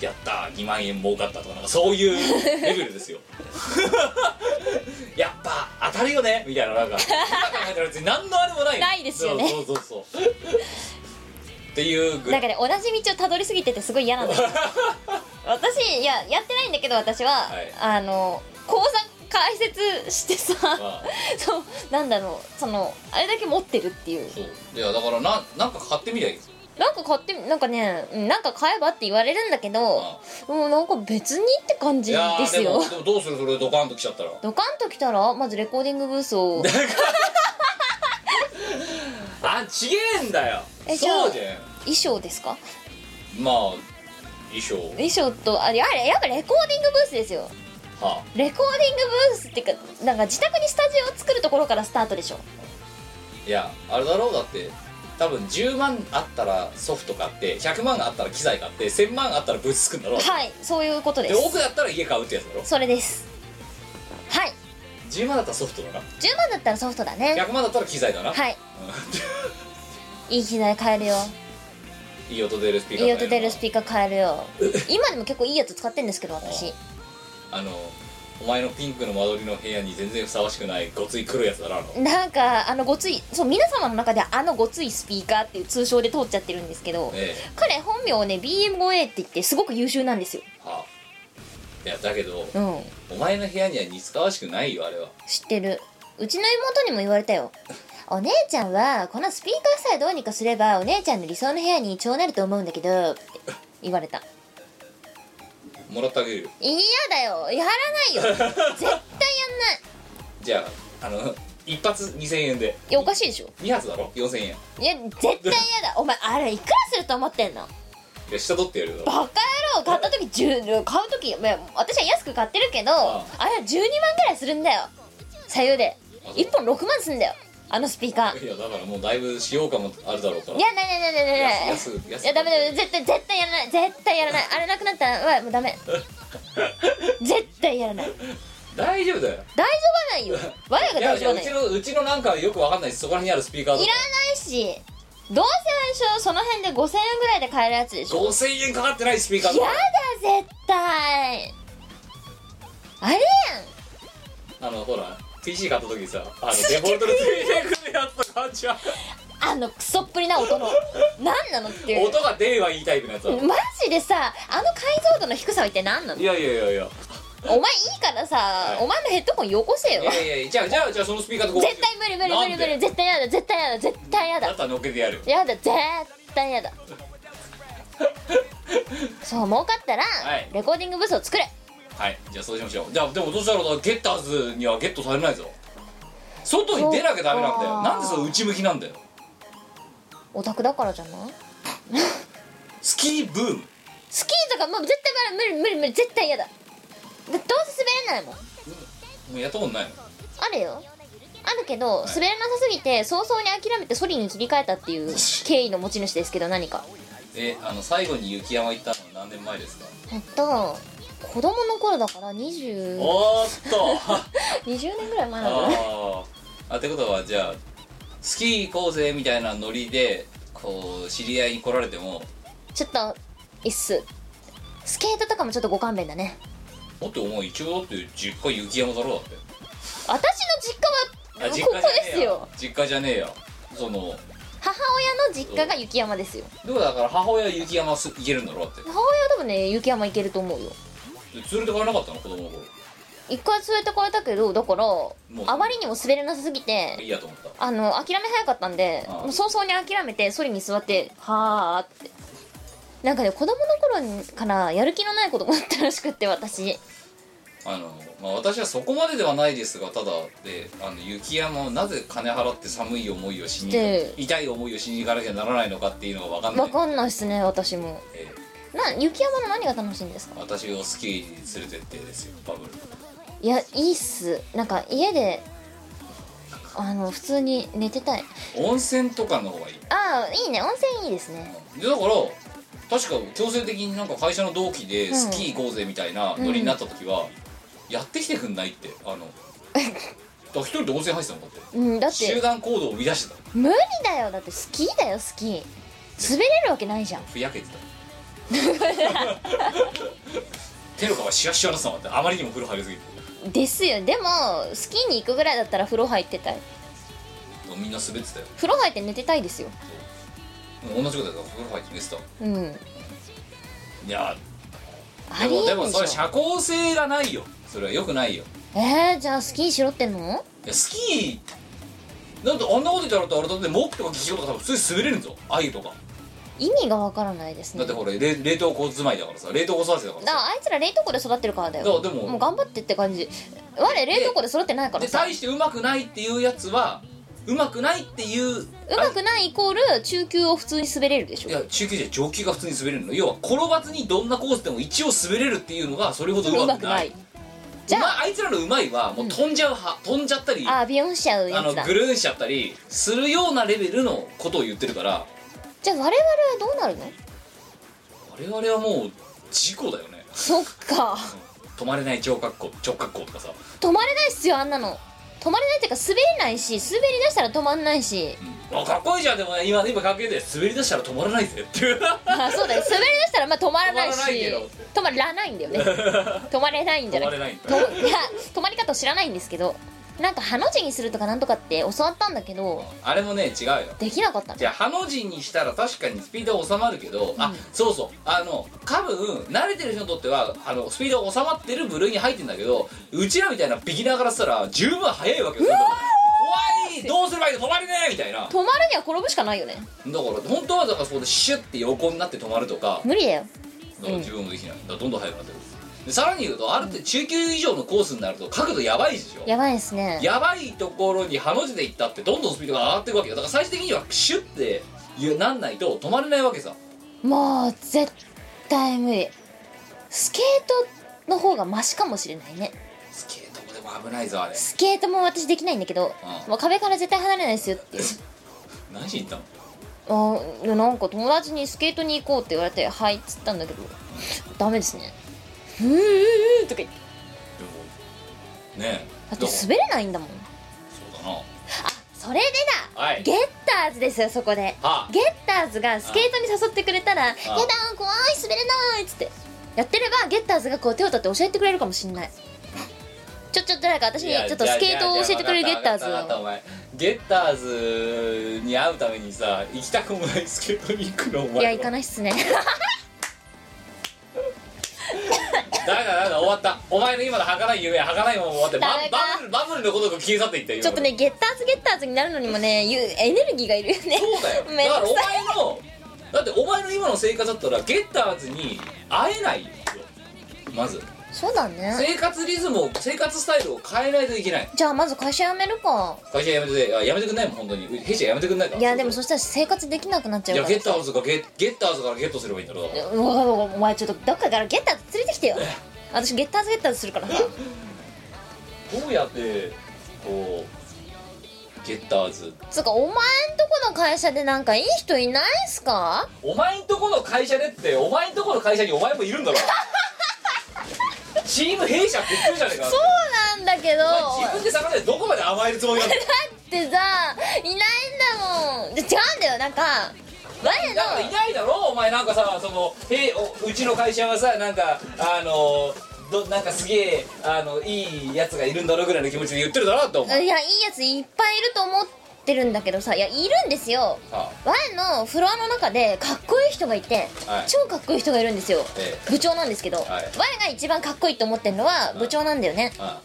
やったー2万円儲かったとかなんかそういうレベルですよ やっぱ当たるよねみたいななんか今考えたら別に何のあれもないないですよねそうそうそうそうっていうぐらないんかね同じ道をたどり過ぎててすごい嫌なんだよ 私いややってないんだけど私は、はいあの口座開設してさまあ そうなんだろうそのあれだけ持ってるっていうそういやだからななんか買ってみりゃいいですよなんか買ってみなんかねうんなんか買えばって言われるんだけどもうなんか別にって感じいやーですよでもでもどうするそれドカンと来ちゃったらドカンと来たらまずレコーディングブース をあちげえんだよえじゃあそうじゃ衣装ですかんまあ衣装衣装とあれあれやっぱレコーディングブースですよはレコーディングブースっていうかなんか自宅にスタジオを作るところからスタートでしょあいやあれだろうだって多分10万あったらソフト買って100万あったら機材買って1000万あったらブーツ作るんだろはいそういうことでです奥だったら家買うってやつだろそれですはい10万だったらソフトだな10万だったらソフトだね100万だったら機材だな、はいいい機材買えるよい、いい音出るスピーカいいーだよ音出るスピーカー買える よ今でも結構いいやつ使ってんですけど私あのお前のピンクの間取りの部屋に全然ふさわしくないごつい黒いやつだなあのなんかあのごついそう皆様の中ではあのごついスピーカーっていう通称で通っちゃってるんですけどええ彼本名をね BM5A って言ってすごく優秀なんですよはあいやだけどうんお前の部屋には似つかわしくないよあれは知ってるうちの妹にも言われたよお姉ちゃんはこのスピーカーさえどうにかすればお姉ちゃんの理想の部屋に超なると思うんだけどって言われたもらってあげるよ嫌だよや らないよ絶対やんないじゃああの一発2000円でいやおかしいでしょ二発だろ4000円いや絶対嫌だお前あれいくらすると思ってんのいや下取ってやるよバカ野郎買った時10買う時いや私は安く買ってるけどああれは12万ぐらいするんだよ左右で1本6万すんだよあのスピーカーいやだからもうだいぶ使用感もあるだろうからいやないないないないないない 安安安いやダメダメ絶対絶対やらない絶対やらないあれなくなったらうわもうダ メ絶対やらない大丈夫だ大丈夫よはないよ我がいや大い丈夫やはうないいちらのうちのなんかよくわかんないそこら辺にあるスピーカーとかないしどうせあれでしょその辺で5000円ぐらいで買えるやつでしょ5000円かかってないスピーカーやとかだ絶対あれやんあのほら PC 買った時さあのデフォルトでついてくるやつとかあんじゃんあのクソっぷりな音 の何なのっていう音が出ればいいタイプのやつだろマジでさあの解像度の低さは一体何なのいやいやいやいやお前いいからさお前のヘッドホンよこせよいやいやいやじゃあじゃあじゃあそのスピーカーとこ絶対無理無理無理無理絶対やだ絶対やだ絶対やだっだたら乗っけてやるよやだ絶対やだそう儲かったら、はいレコーディングブースを作れはいじゃあそうしましょうじゃあでもどうしたらゲッターズにはゲットされないぞ外に出なきゃダメなんだそようかなんでその内向きなんだよオタクだからじゃないスキーブームスキーとかもう絶対無理無理無理絶対やだだどうせ滑れないもんもうやったことないのあるよあるけど滑らなさすぎて早々に諦めてソリに切り替えたっていう経緯の持ち主ですけど何かえあの最後に雪山行ったのは何年前ですかえっと子供の頃だから2020おーっ とあ年ぐらい前なのかなーあってことはじゃあスキー行こうぜみたいなノリでこう知り合いに来られてもちょっといっすスケートとかもちょっとご勘弁だねだってお前一応だって実家雪山だろだって私の実家は実こ家こじゃねでえすよ実家じゃねえやその母親の実家が雪山ですよでもだから母親は雪山す行けるんだろだって母親は多分ね雪山行けると思うよで連れてかれなかったの子供の頃一回連れてかれたけどだからうあまりにも滑れなさすぎいていやと思ったあの諦め早かったんでああもう早々に諦めてソリに座ってはーってなんかね子供の頃からやる気のない子供だったらしくって私あの、まあ、私はそこまでではないですがただであの雪山をなぜ金払って寒い思いをしにで痛い思いをしに行かなきゃならないのかっていうのが分かんないわかんないっすね私もえな雪山の何が楽しいんですかー私をスキーに連れてってですよバブルいやいいっすなんか家であの普通に寝てたい温泉とかの方がいいああいいね温泉いいですねでだから確か強制的になんか会社の同期でスキー行こうぜみたいなノリになった時は、やってきてくんないってあの だから一人で温泉入ってたもんだってうんだっ集て団行動を生み出してた無理だよだってスキーだよスキー滑れるわけないじゃんふやけてた 手の皮シワシワだったもんだってあまりにも風呂入りすぎてですよでもスキーに行くぐらいだったら風呂入ってたいみんな滑ってたよ風呂入って寝てたいですよ同じことだよ風呂入って寝てたうんいやあでりもえでんもでそれしょ社交性がないよそれはよくないよえー、じゃあスキーしろってんのいやスキーなんてあんなこと言ったらだってあれだってモップとかギチョウとか多分普通に滑れるぞアユとか意味がわからないですだねってこれ冷冷凍庫住まいだからさ冷凍庫育てだからださあいつら冷凍庫で育ってるからだよだからでももう頑張ってって感じ我冷凍庫で育ってないからでさ大してうまくないっていうやつはうまくないっていううまくないイコール中級を普通に滑れるでしいょや中級じゃ上級が普通に滑れるの要は転ばずにどんなコースでも一応滑れるっていうのがそれほどううままくくなないいじゃあうまいあいつらのうまいはもう飛んじゃう派、飛んじゃったりあービヨンしちゃうあやのつだぐるんしちゃったりするようなレベルのことを言ってるからじゃあ我々はどうなるの我々はもう事故だよねそっか止まれない超格好直角行とかさ止まれないっすよあんなの止まれないっていうか滑れないし滑り出したら止まんないしあかっこいいじゃんでもね今今かっけえで滑り出したら止まらないぜっていうあそうだよ滑り出したらまあ止まらないし止まらないけど止まらないんだ よね止まれないんじゃ止なまいれないんだと いや止まり方を知らないんですけどなんかハの字にするとかなんとかって教わったんだけどあれもね違うよできなかったのじゃあハの字にしたら確かにスピードは収まるけど、うあんそうそうあの多分慣れてる人にとってはあのスピードが収まってる部類に入ってんだけどうちらみたいなビギナーからしたら十分速いわけよ怖いどうすればいいの止まれねえみたいなだか止まるには転ぶしかないよねら本当はだからそこでシュッて横になって止まるとか無理だよだから自分もできないだからどんどん速くなってくるでさらに言うとある程度中級以上のコースになると角度やばいでしょやばいですねやばいところにハの字で行ったってどんどんスピードが上がっていくわけよだから最終的にはシュッてなんないと止まれないわけさもう絶対無理スケートの方がマシかもしれないねスケートもでも危ないぞあれスケートも私できないんだけど、うんもう壁から絶対離れないですよっていう何しに行ったのあいやなんか友達にスケートに行こうって言われて「はい」っつったんだけどダメですね「うーうーうー」とか言ってでもねだってどうもそう滑れないんだもんだなそれではだいゲッターズですよそこではあゲッターズがスケートに誘ってくれたら「やだ怖い滑れない」っつってやってればゲッターズがこう手を取って教えてくれるかもしんないちょちょっと誰か私いにやちょっとスケートを教えてくれるゲッターズじゃあじゃをあわかったわかったわかったお前ゲッターズに会うためにさ行きたくもないスケートに行くのお前いや行かないないっすねだからだから終わったお前の今の儚い夢は儚いまま終わってバ誰がバブルバブルのことが消え去っていったよちょっとねゲッターズゲッターズになるのにもねゆエネルギーがいるよねそうだよめんだからどおくさい前のだってお前の今の生活だったらゲッターズに会えないよまずそうだね生活リズムを生活スタイルを変えないといけないじゃあまず会社辞めるか会社辞めててあ辞めてくんないもん本当に弊社辞めてくんないかいやでもそしたら生活できなくなっちいゃうやからゲッターズかゲゲッターズからゲットすればいいんだろうだからうわうわお前ちょっとどっかからゲッターズ連れてきてよ私ゲッターズゲッターズするからさどうやってこうゲッターズつうかお前んとこの会社でなんかいい人いないっすか お前んとこの会社でってお前んとこの会社にお前もいるんだろチーム弊社って言ってるじゃねえかそなうんだけど自分で探せどこまで甘えるつもりなのってさいないんだもんで違うんだよなんか前だからいのないだろお前なんかさそのへおうちの会社はさなんかあのどなんかすげえあのいいやつがいるんだろうぐらいの気持ちで言ってるだろって思う、いやいいやついっぱいいると思ってるんだけどさいやいるんですよは前のフロアの中でかっこいい人がいて、はい超かっこいい人がいるんですよ、え部長なんですけど、我はいが一番かっこいいと思ってるのは部長なんだよね、あ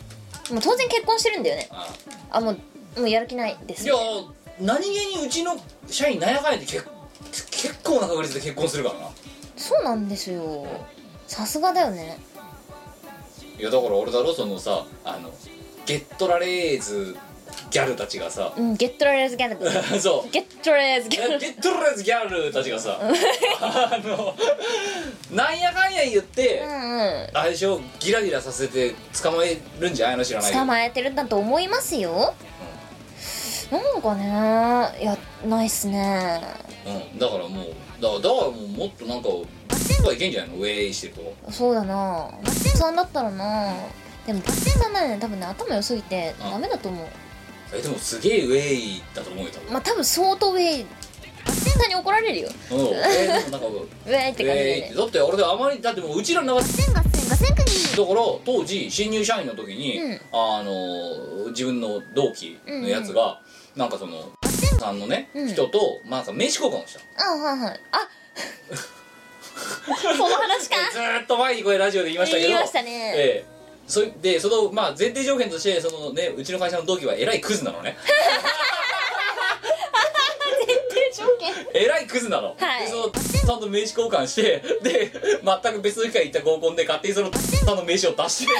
もう当然結婚してるんだよねあああもうもうやる気ないであすいや何気にうちの社員なんやかんやって結結構な確率で結婚するからなそうなんですよさすがだよねいやだから俺だろそのさあのゲットラレーズギャルたちがさうんゲットラレーズギャルだそうゲットラレーズギゲャルットラレーズギャルたちがさあのなんやかんや言って、うんうんあれでしょギラギラさせて捕まえるんじゃないの知らないけど捕まえてるんだと思いますよなんかねいやないっすねうん、だからもうだだからもうもっとなんかはいけんじゃないのウェイしてるとそうだなおっさんだったらなでもおっさんだね多分ね頭良すぎてうんダメだと思うえでもすげえウェイだと思うよまあ多分相当ウェイおっさんに怒られるよ多分う んえーでもなんかウェイってウ感じェでイだって俺であまりだってもううちらの中で千五千五千国だから当時新入社員の時に、うんあの自分の同期のやつが、なんかそのさんのね、うん人と、まあ、なんか名刺交換をしたあはい はいあその話かずーっと前にこれラジオで言いましたけど言いましたねええそれでそのまあ前提条件としてそのねうちの会社の同期はえらいクズなの ねえらいクズなの、はいでそのちゃんと名刺交換してで全く別の機会行った合コンで勝手にそのさんの名刺を 出してクズ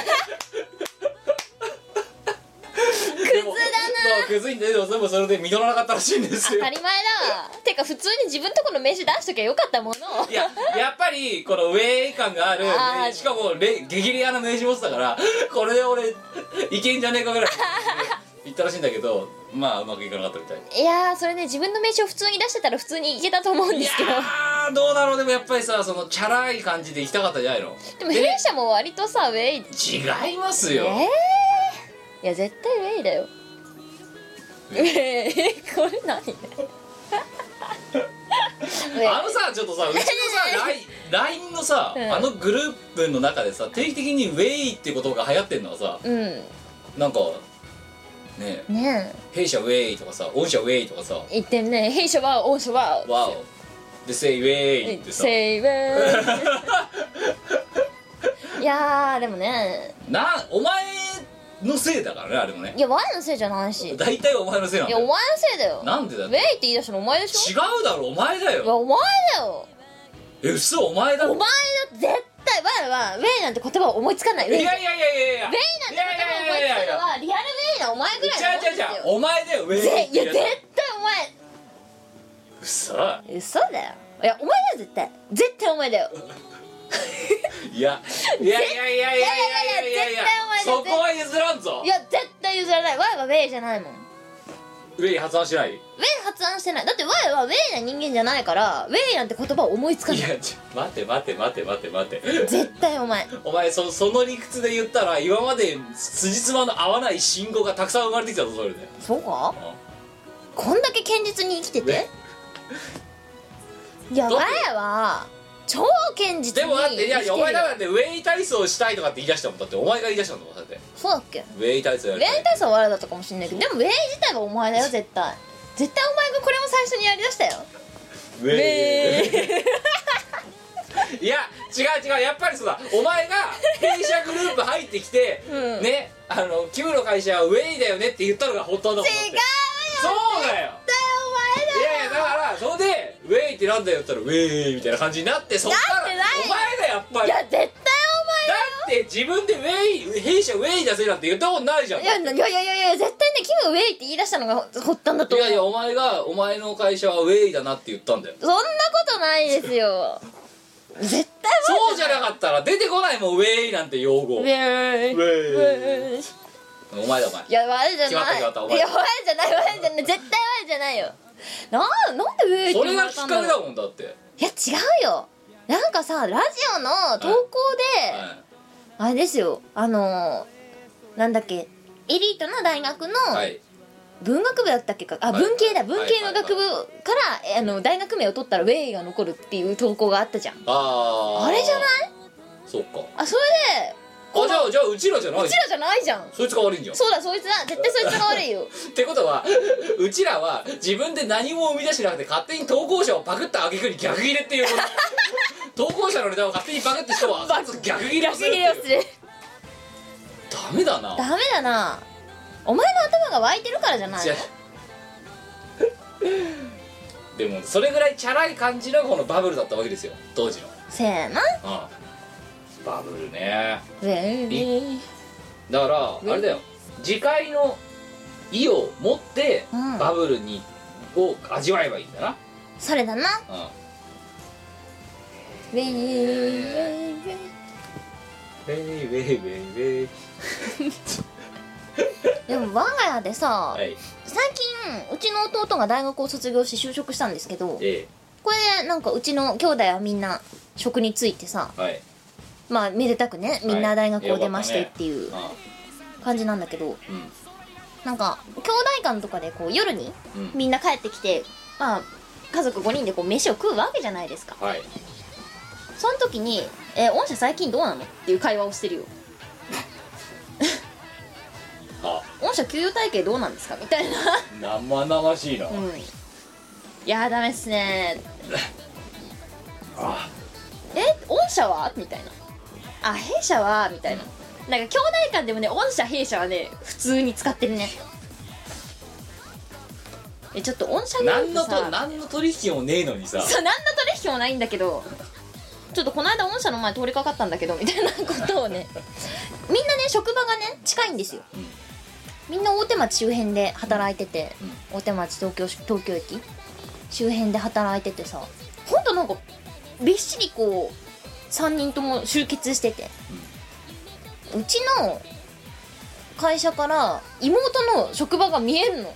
だなクズいんだけどでもそれで実らなかったらしいんです当よたり前だわてか普通に自分とこの名刺出しときゃよかったものいや、やっぱり、このウェイ感がある、あーねしかもレ、激レアな名刺持ってたから、これで俺、いけんじゃねえかぐらい、言ったらしいんだけど、まあ、うまくいかなかったみたい。いやーそれね自分の名刺を普通に出してたら普通にいけたと思うんいでやすけどー、どうだろう、でもやっぱりさ、その、チャラい感じで行きたかったんじゃないのでも弊社も割とさウェイ違いますえよ。えー、いや絶対ウェイだよウェイこれ 何ウあェのさ、ちょっとさ、うちのさ、ライン LINE のさ、うんあのグループの中でさ、定期的にウェイってことが流行ってんのはさ、イなんか、ねうんねえ弊社ウェイとかさ、御社ウェイとかさ、言ってんね弊社は御社はわおで「セイウェイ」ってさ セイウェイいやーでもねなお前のせいだからねあれもねいやワイのせいじゃないしい大体お前のせいなんだやお前よのせいだよなんでだウェよイって言い出したのお前でし違うだろお前だょいやよお前だよえ嘘お前だおろ前だって絶対わらわウェイなんて言葉は思いつかないウいェやイウェイいやいやいやいやウェイなんなんて言葉を思いつくのはリアルウェイなお前ぐらいのもん違う違う違うお前だよウェイぜいや絶対嘘お前嘘だよいやお前だよ絶対絶対お前だよいやいやいやいやいやいやいやいや絶対お前だそこは譲らんぞいや絶対譲らないわいはウェイじゃないもんウェウェイ発案しないイ発案してないだってわいはウェイな人間じゃないからウェイなんて言葉を思いつかないいやちょ待て待て待て待て待て絶対お前お前そその理屈で言ったら今まで辻褄の合わない信号がたくさん生まれてきたぞそれでそうかこんだけ堅実に生きてていやどうわいは超堅実に生きてでるもよだっていやいやお前だからだってウェイ体操したいとかって言い出したもんだってお前が言い出したんだもんだってそうだっけウェイ体操やウるェイ体操はわらだったかもしれないけどでもウェイ自体はお前だよ絶対絶対お前がこれも最初にやりだしたよウェイいや違う違うやっぱりそうだお前が弊社グループ入ってきて、うんねあのキムの会社はウェイだよねって言ったのが本当だもんだって違うよそうだよ絶いやいやだからそれでウェイってなんだよって言ったらウェイみたいな感じになってそっからなってないお前だよやっぱ対りお前だよいや絶対だって自分でウェイ弊社ウェイだぜなんて言ったことないじゃんお前いやいやいやいやいや絶対ねキムウェイって言い出したのがほったんだとい思うやいやお前がお前の会社はウェイだなって言ったんだよそんなことないですよ絶対そうじゃなかったら出てこないもんウェイなんて用語ウェイウェイお前だお前いやわいじゃ決まったないい決まやったおわい前じゃないわいじゃない絶対わいじゃないよなんなんでウェイってそ言れわがれきったかんけだろうだもんだっていや違うよなんかさラジオの投稿で、はあれですよあのーなんだっけエリートの大学のはい文学部だったっけかあはい文系だはい文系の学部からえあの大学名を取ったらウェイが残るっていう投稿があったじゃんあーあれじゃないそっかあそれであじゃあじゃあうちらじゃないうちらじゃないじゃんそいつが悪いんじゃんそうだそいつだ絶対そいつが悪いよってことはうちらは自分で何も生み出してなくて勝手に投稿者をパクった挙句に逆ギレっていう 投稿者のネタを勝手にパクって人は まず逆ギレをするっていをうするダメだなダメだなお前の頭が湧いてるからじゃない違う でもそれぐらいチャラい感じのこのバブルだったわけですよ当時の、せーなうん、バブルねウェイだからあれだよ次回の意を持ってうんバブルにを味わえばいいんだな、それだなうんウェイウェイウェイウェイウェイウェイウェイでも我が家でさ、はい最近うちの弟が大学を卒業し就職したんですけどえこれでなんかうちの兄弟はみんな職についてさえはいまあめでたくねみんな大学を出ましてっていうあ感じなんだけどうなんか兄弟間とかでこう夜にんうんみんな帰ってきてまあ家族5人でこう飯を食うわけじゃないですかはいその時に「え御社最近どうなの?」っていう会話をしてるよあ「御社給与体系どうなんですか?」みたいな生々しいな、 うんいやーダメっすねーあえ御社はみたいなあ弊社はみたいななんか兄弟間でもね御社弊社はね普通に使ってるねえちょっと御社グルー何プのさと何の取引もねえのにさそう何の取引もないんだけどちょっとこの間御社の前通りかかったんだけどみたいなことをねみんなね職場がね近いんですよみんな大手町周辺で働いてて、大手町東京東京駅周辺で働いててさほんとなんかびっしりこう3人とも集結してて、うちの会社から妹の職場が見えるの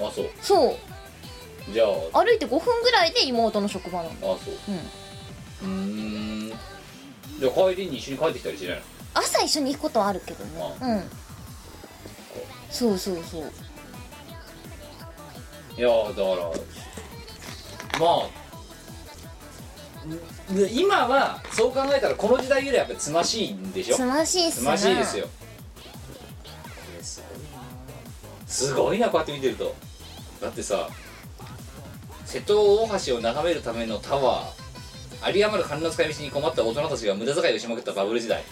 あそうそうじゃあ歩いて5分ぐらいで妹の職場なのあそううんうーんじゃあ帰りに一緒に帰ってきたりしないの朝一緒に行くことはあるけどねうんそうそうそういやーだからまあん今はそう考えたらこの時代よりやっぱつましいんでしょすましいっつすまなしいですよすごいなこうやって見てるとだってさ瀬戸大橋を眺めるためのタワー有り余る金の使い道に困った大人たちが無駄遣いをしまくったバブル時代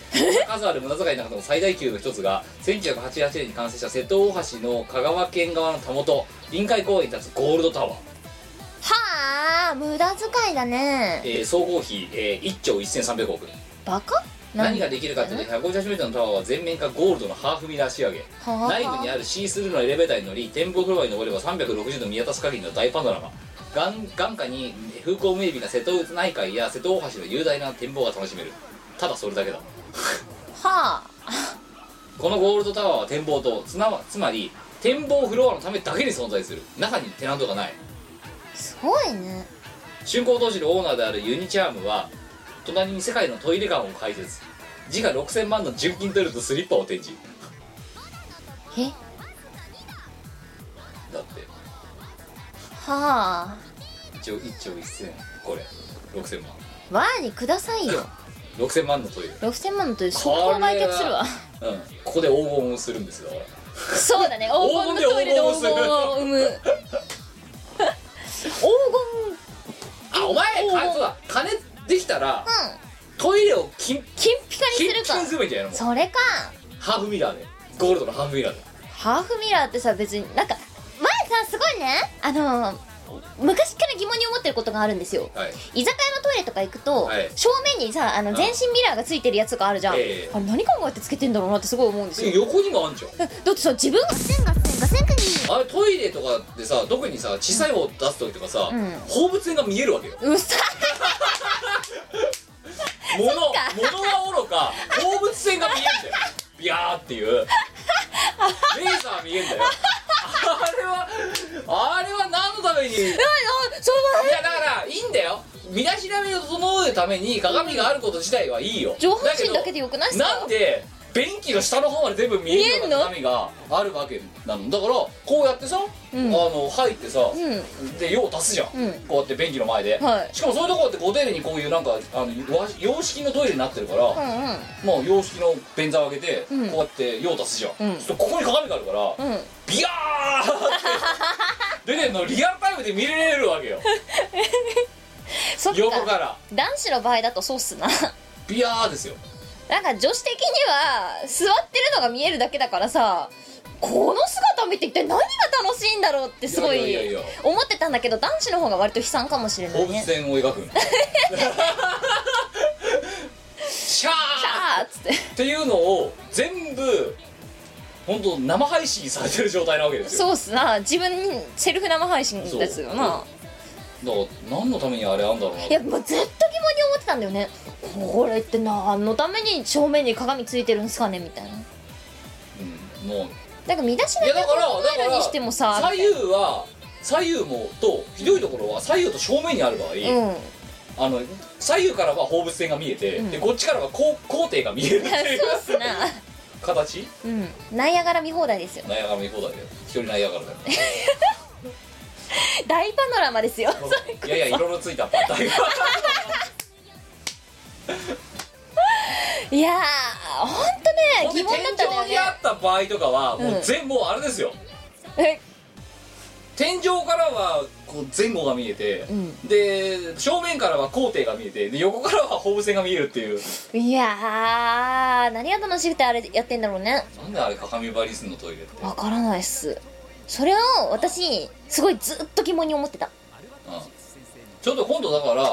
数ある無駄遣いの中でも最大級の一つが1988年に完成した瀬戸大橋の香川県側のたもと臨海公園に立つゴールドタワー、はあ無駄遣いだねえー総合費、えー1兆1300億バカ何ができるかってね 158m のタワーは全面がゴールドのハーフミラー仕上げはあはあ内部にあるシースルーのエレベーターに乗り展望フロアに登れば360度見渡す限りの大パノラマ眼眼下に風光明媚な瀬戸内海や瀬戸大橋の雄大な展望が楽しめるただそれだけだはあこのゴールドタワーは展望塔つなわつまり展望フロアのためだけに存在する中にテナントがないすごいね竣工当時のオーナーであるユニチャームは隣に世界のトイレ館を開設時価6000万の純金トイレとスリッパを展示えだってはあ一応1兆1000これ6000万わあにくださいよ6000万のトイレ6000万のと職場を売却するわうん、ここで黄金をするんですよだからそうだね黄金のトイレで黄金を生む黄あお前あそうだ金できたら金うんトイレを金金ピカに金する金かすべきやろもうそれかハーフミラーでゴールドのハーフミラーでハーフミラーってさ別になんか前さすごいねあの昔から疑問に思ってることがあるんですよはい居酒屋のトイレとか行くと、はい正面にさあのん全身ミラーがついてるやつとかあるじゃん、ええあれ何考えてつけてんだろうなってすごい思うんですえよ横にもあんじゃんだってさ自分が千合千五千国あれトイレとかでさ特にさ小さい方出す時とかさ、うん放物線が見えるわけようっさ物物はおろか放物線が見えるんだよビヤーっていうレーザー見えんだよあれはあれは何のためにそいやだからいいんだよ身だしなみを整えるために鏡があること自体はいいよ上半身だけででよくないっすかなんで便器の下の方まで全部見えるような鏡があるわけなのだからこうやってさ、うんあの入ってさ、うで用足すじゃん、うんこうやって便器の前で、はいしかもそういうところってご丁寧にこういうなんかあの和洋式のトイレになってるから、んうんうんまあ洋式の便座を上げて、うんこうやって用足すじゃうん、んそしたらここに鏡があるから、うんビヤーっ て出てるのリアルタイムで見れるわけよそっ横かから男子の場合だとそうっすなビヤーですよなんか女子的には座ってるのが見えるだけだからさこの姿見て一体何が楽しいんだろうってすごいやいやいいやいや思ってたんだけど男子の方が割と悲惨かもしれな放い物ね線を描くんシャーあーっつってっていうのを全部本当生配信されてる状態なわけですよそうっすな自分にセルフ生配信ですよなだから何のためにあれあんだろうないやもうずっと疑問に思ってたんだよねこれって何のために正面に鏡ついてるんすかねみたいなうん、もうなんか身だしないみやをだから考えだるかにらしてもさ左右は左右もとひどいところは左右と正面にある場合、うんあの左右からは放物線が見えて、うんでこっちからはこう高低が見えるっていやいうそうっすな形 うんナイアガラ見放題ですよナイアガラ見放題だよ一人ナイアガ ラだよ大パノラマですよいやいや色のついたパターンがいやーほんとねほんで疑問だったんだ天よ井にあねった場合とかはもううん全もうあれですよ、え天井からはこう前後が見えて、うで正面からは高低が見えてで横からは放物線が見えるっていういやー何が楽しくてあれやってんだろうねなんであれ鏡張りすんのトイレって、うんわからないっすそれを私すごいずっと疑問に思ってたちょっと今度だから、う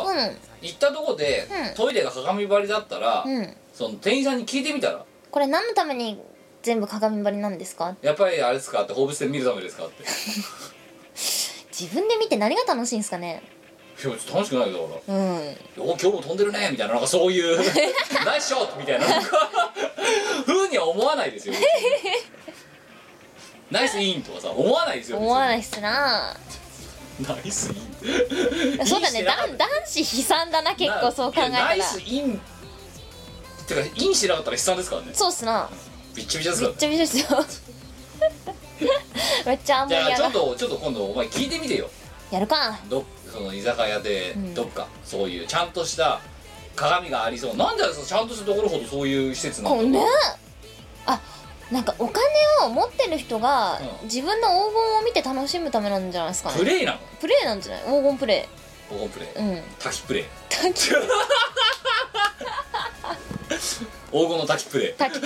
行ったとこで、うんトイレが鏡張りだったら、んうんその店員さんに聞いてみたらこれ何のために全部鏡張りなんですかやっぱりあれですかって放物線見るためですかってい自分で見て何が楽しいんですかねやちょっと楽しくないよだからうん「お今日も飛んでるね」みたいななんかそ ういう「ナイスショット!」みたいななんかふうには思わないですよ別にナイスインとかさ思わないですよ別に思わないっすなナイスインそうだねインしてなかだったん男子悲惨だな結構そう考えいやたナイらスインってかインしてなかったら悲惨ですからねそうっすなびっちょびちょですびかっちょびちょっすよめっちゃあんらじまりやゃあちょがっとちょっと今度お前聞いてみてよやるかどその居酒屋でんどっか、そういうちゃんとした鏡がありそうなんであれさちゃんとしたところほどそういう施設なんこうだろうねあなんかお金を持ってる人がうん自分の黄金を見て楽しむためなんじゃないですかプねレイなのプレイなんじゃない黄金プレ黄金プレイイうん滝プレイ 滝黄金の滝プレイ 滝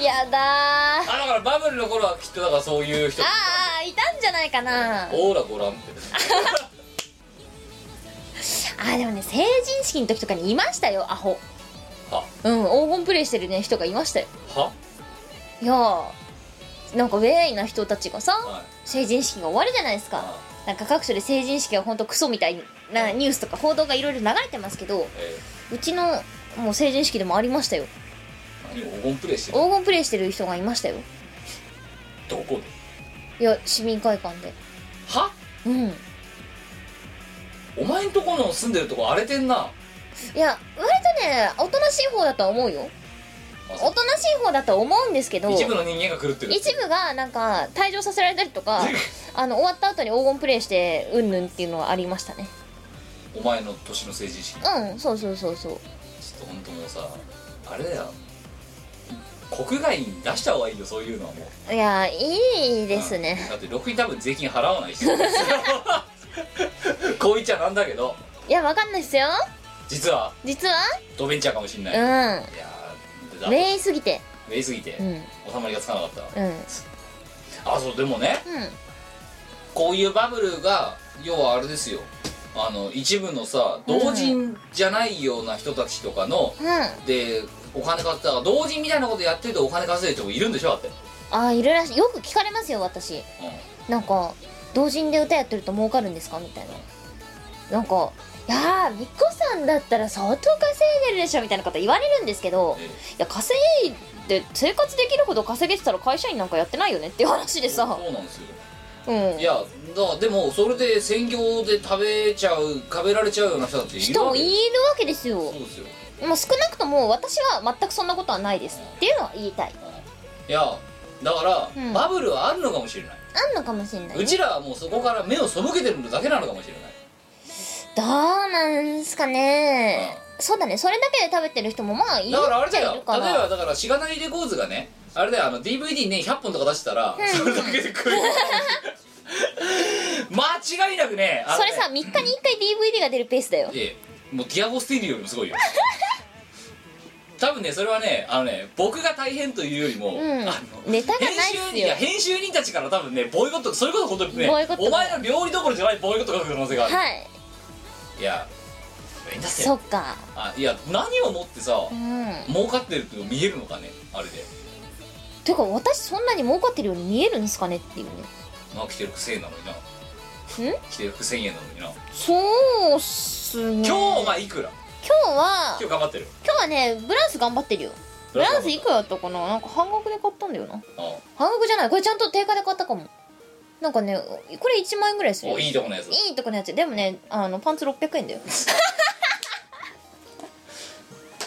やだーあだからバブルの頃はきっとだからそういう人あーいたんじゃないかなオーラご覧ってあーでもね成人式の時とかにいましたよアホはうん黄金プレイしてるね人がいましたよはいやーなんかウェイな人たちがさはい成人式が終わるじゃないですかあなんか各所で成人式がほんとクソみたいなニュースとか報道がいろいろ流れてますけどえうちのもう成人式でもありましたよー、何黄金プレイしてる黄金プレイしてる人がいましたよどこでいや市民会館ではうんお前んとこの住んでるとこ荒れてんな、いや割とねおとなしい方だとは思うよまおあとなしい方だとは思うんですけど一部の人間が狂ってる一部がなんか退場させられたりと かあの終わった後に黄金プレイしてうんぬんっていうのはありましたねお前の年の成人式うんそうそうそうそうちょっと本当もうさあれだよ国外に出した方がいいよそういうのはもういやいいですねだってろくに多分税金払わない人ですよこう言っちゃなんだけどいやわかんないっすよ実は実はドベンチャーかもしんない、いやうーだんめ礼儀すぎていすぎて、うん収まりがつかなかっうんたあそうでもねうんこういうバブルが要はあれですよあの一部のさ同人じゃないような人たちとかの、うんでお金稼いだから同人みたいなことやってるとお金稼いでる人もいるんでしょだって、あいるらしいよく聞かれますよ私うなんか同人で歌やってると儲かるんですかみたいななんかいやーみっこさんだったら相当稼いでるでしょみたいなこと言われるんですけどんええいや稼いで生活できるほど稼げてたら会社員なんかやってないよねっていう話でさそうなんですようんいやだでもそれで専業で食べちゃう食べられちゃうような人だっている人わもけ言えるわけですよそうですよもう少なくとも私は全くそんなことはないですっていうのは言いたいいやだから、うんバブルはあるのかもしれない、あんのかもしれないうちらはもうそこから目を背けてるだけなのかもしれないどうなんすかねそうだねそれだけで食べてる人もまあいるだからあれっちだゃいよ例るえかばらだからしがないレコーズがねあれだよあの DVD ね100本とか出してたら、それだけで食える間違いなくねあのそねれさ3日に1回 DVD が出るペースだよいえもうディアゴスティーニよりもす ごいよ多分ねそれはねあのね僕が大変というよりも、うんあのネタがないっ編すよ集人いや編集人たちから多分ねボイコットそれこそ本当にねボイコットお前の料理どころじゃないボイコットが来る可能性がある、はいい、やいいんだってそっかあいや何をもってさ、うん儲かってるって見えるのかねあれでてか私そんなに儲かってるように見えるんですかねっていうねまあ着てる服1000円なのになん着てる服1000円なのにな、そうっすね今日お前いくら今日は今日頑張ってる今日はねブラウス頑張ってるよブラウスいくらだったかななんか半額で買ったんだよなあ半額じゃないこれちゃんと定価で買ったかもなんかねこれ1万円ぐらいするよおいいとこのやついいとこのやつでもねあのパンツ600円だよ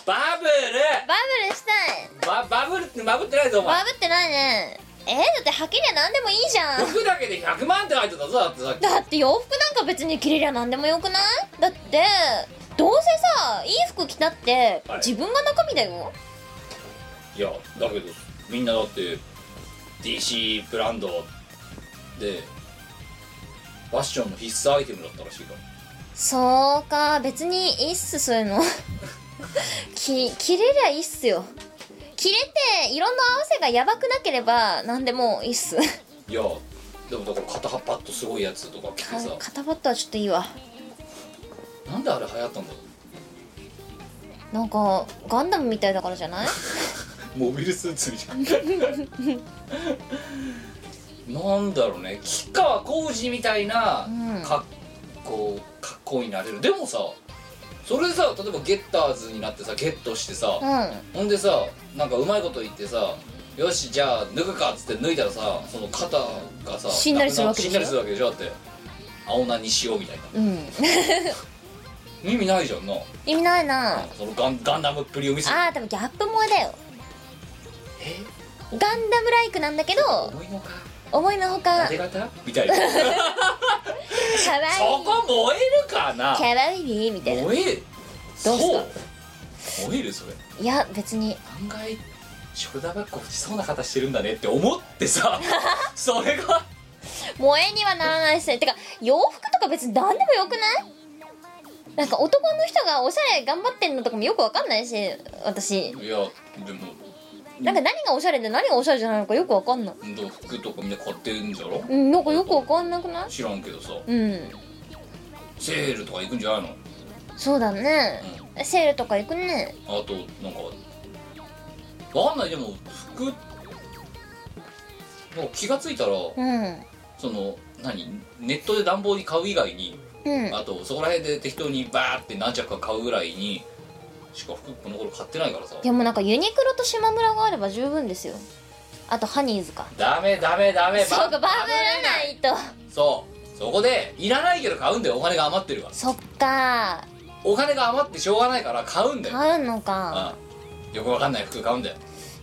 バブル バブルしたいババブルってバブってないぞおバ前ブってないねえー、だってはっきりゃ何でもいいじゃん服だけで100万って入ってたぞだってさっ きだって洋服なんか別に着れりゃ何でもよくないだってどうせさいい服着たってはい自分が中身だよいやだけどみんなだって DC ブランドでファッションの必須アイテムだったらしいからそうか別にいいっすそういう のき着れりゃいいっすよ着れて色の合わせがやばくなければ何でもいいっすいやでもだから肩パッとすごいやつとか着てさ肩パッドはちょっといいわなんであれ流行ったんだなろんかガンダムみたいだからじゃ ないうモビルスーツみたい ななんだろうね吉川浩司みたいなうん格好格好になれるでもさそれでさ例えばゲッターズになってさゲットしてさ、うほんでさなんかうまいこと言ってさよしじゃあ脱ぐかっつって脱いだらさその肩がさしんなりするわけでしょしんなりするわけでしょだって青菜にしようみたいなんうん意味ないじゃんな意味ないなそのガンガンダムっぷりを見せるあー多分ギャップ萌えだよえガンダムライクなんだけど重いのか思いのほかなで型 みたいなそ可愛いこ燃えるかなキャラビビーみたいな燃えるどうすかそう燃えるそれいや別に案外ショルダーバッグ落ちそうな形してるんだねって思っ てさそれが萌えにはならないしねてか洋服とか別に何でもよくないなんか男の人がおしゃれ頑張ってんのとかもよくわかんないし私いやでもなんか何がおしゃれで何がおしゃれじゃないのかよくわかんない運動服とかみんな買ってるんじゃろうんなんかよくわかんなくない知らんけどさうんセールとか行くんじゃないのそうだねセールとか行くねあとなんかわかんないでも服なんか気がついたらうんその何ネットで暖房に買う以外にうんあとそこら辺で適当にバーって何着か買うぐらいにしか服この頃買ってないからさいやもうなんかユニクロとしまむらがあれば十分ですよあとハニーズかダメダメダメそうかバブらないとそうそこでいらないけど買うんだよお金が余ってるからそっかお金が余ってしょうがないから買うんだよ、買うのかうんよくわかんない服買うんだよ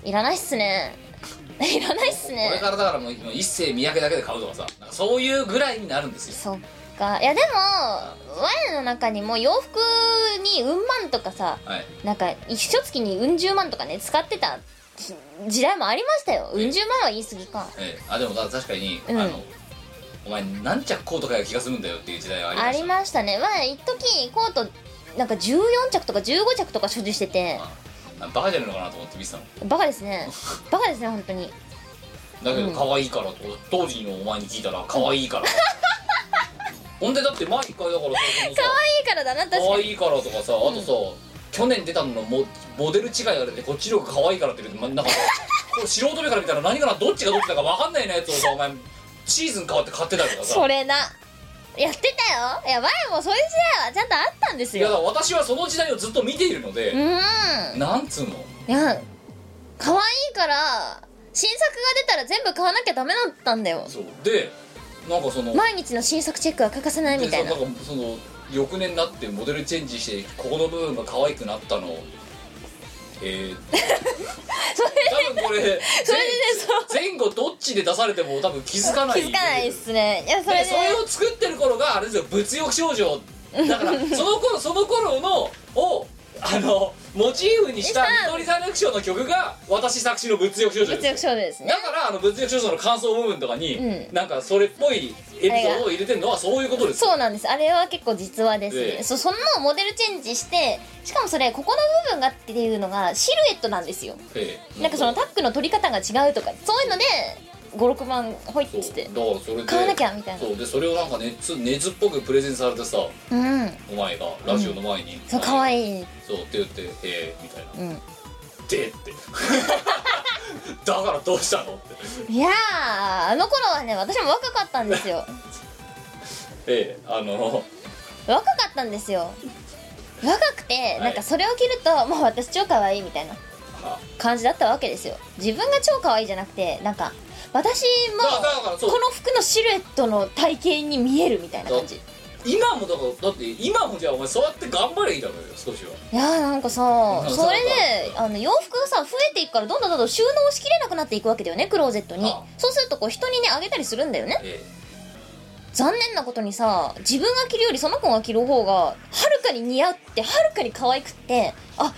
いらないっすね いらないっすこれねからだからもうもう一世三宅だけで買うとかさなんかそういうぐらいになるんですよそっかいやでも我の中にも洋服にうん万とかさはいなんか一月にうん十万とかね使ってた時時代もありましたようん十万は言い過ぎかええあでもだ確かに、うんあのお前何着コート買えば気が済むんだよっていう時代はありあましりたましたねまあ一時コートなんか14着とか15着とか所持しててあバカじゃないのかなと思って見てたのバカですねバカですね本当にだけうどん可愛いからと、当時のお前に聞いたら可愛いから ほんでだって毎回だからさそのさいいからだな確可かに愛いからとかさあとさ、去年出たののモモデル違いが出てこっちの方が可愛いからって言うけどまなんかさ これ素人目から見たら何かなどっちがどっちだか分かんないようなやつをさお前シーズン変わって買ってたりとかさそれなやってたよいや我もそういう時代はちゃんとあったんですいやだよから私はその時代をずっと見ているのでう、んなんつうのいや可愛いから新作が出たら全部買わなきゃダメだったんだよそうでなんかその毎日の新作チェックは欠かさないみたいなでそうなんかその翌年になってモデルチェンジしてここの部分が可愛くなったのえー、 多分こそれれでねそう前前後どっちで出されても多分気づかない気づかないっすねいやそでれそれでを作ってる頃があれですよ物欲少女 だからその頃その頃のをあのモチーフにしたした「緑三陸賞」の曲が私作詞の物欲少女物で欲す少女ですねだからあの物欲少女の感想部分とかに、うんなんかそれっぽいエピソードを入れてるのはそういうことですそうなんですあれは結構実話ですね、ええそうそのモデルチェンジしてしかもそれここの部分がっていうのがシルエットなんですよええなんかそのタックの取り方が違うとかそういうので56万ほいっそうつってだからそれで買わなきゃみたいなそうでそれをなんか熱熱っぽくプレゼンされてさうんお前がラジオの前に、そう可い愛いそうって言って「ええみたいなうん「で」って だからどうしたのっていやーあの頃はね私も若かったんですよええあの若かったんですよ若くていなんかそれを着るともう私超可愛いみたいなあ感じだったわけですよ自分が超可愛いじゃなくてなんか私もだだからそうこの服のシルエットの体型に見えるみたいな感じい今もだからだって今もじゃあお前そうやって頑張ればいいだろうよ少しはやーなんかさうんそれであの洋服がさ増えていくからどんどんどんどん収納しきれなくなっていくわけだよねクローゼットにあそうするとこう人にねあげたりするんだよねえ残念なことにさ自分が着るよりその子が着る方がはるかに似合ってはるかに可愛くってあ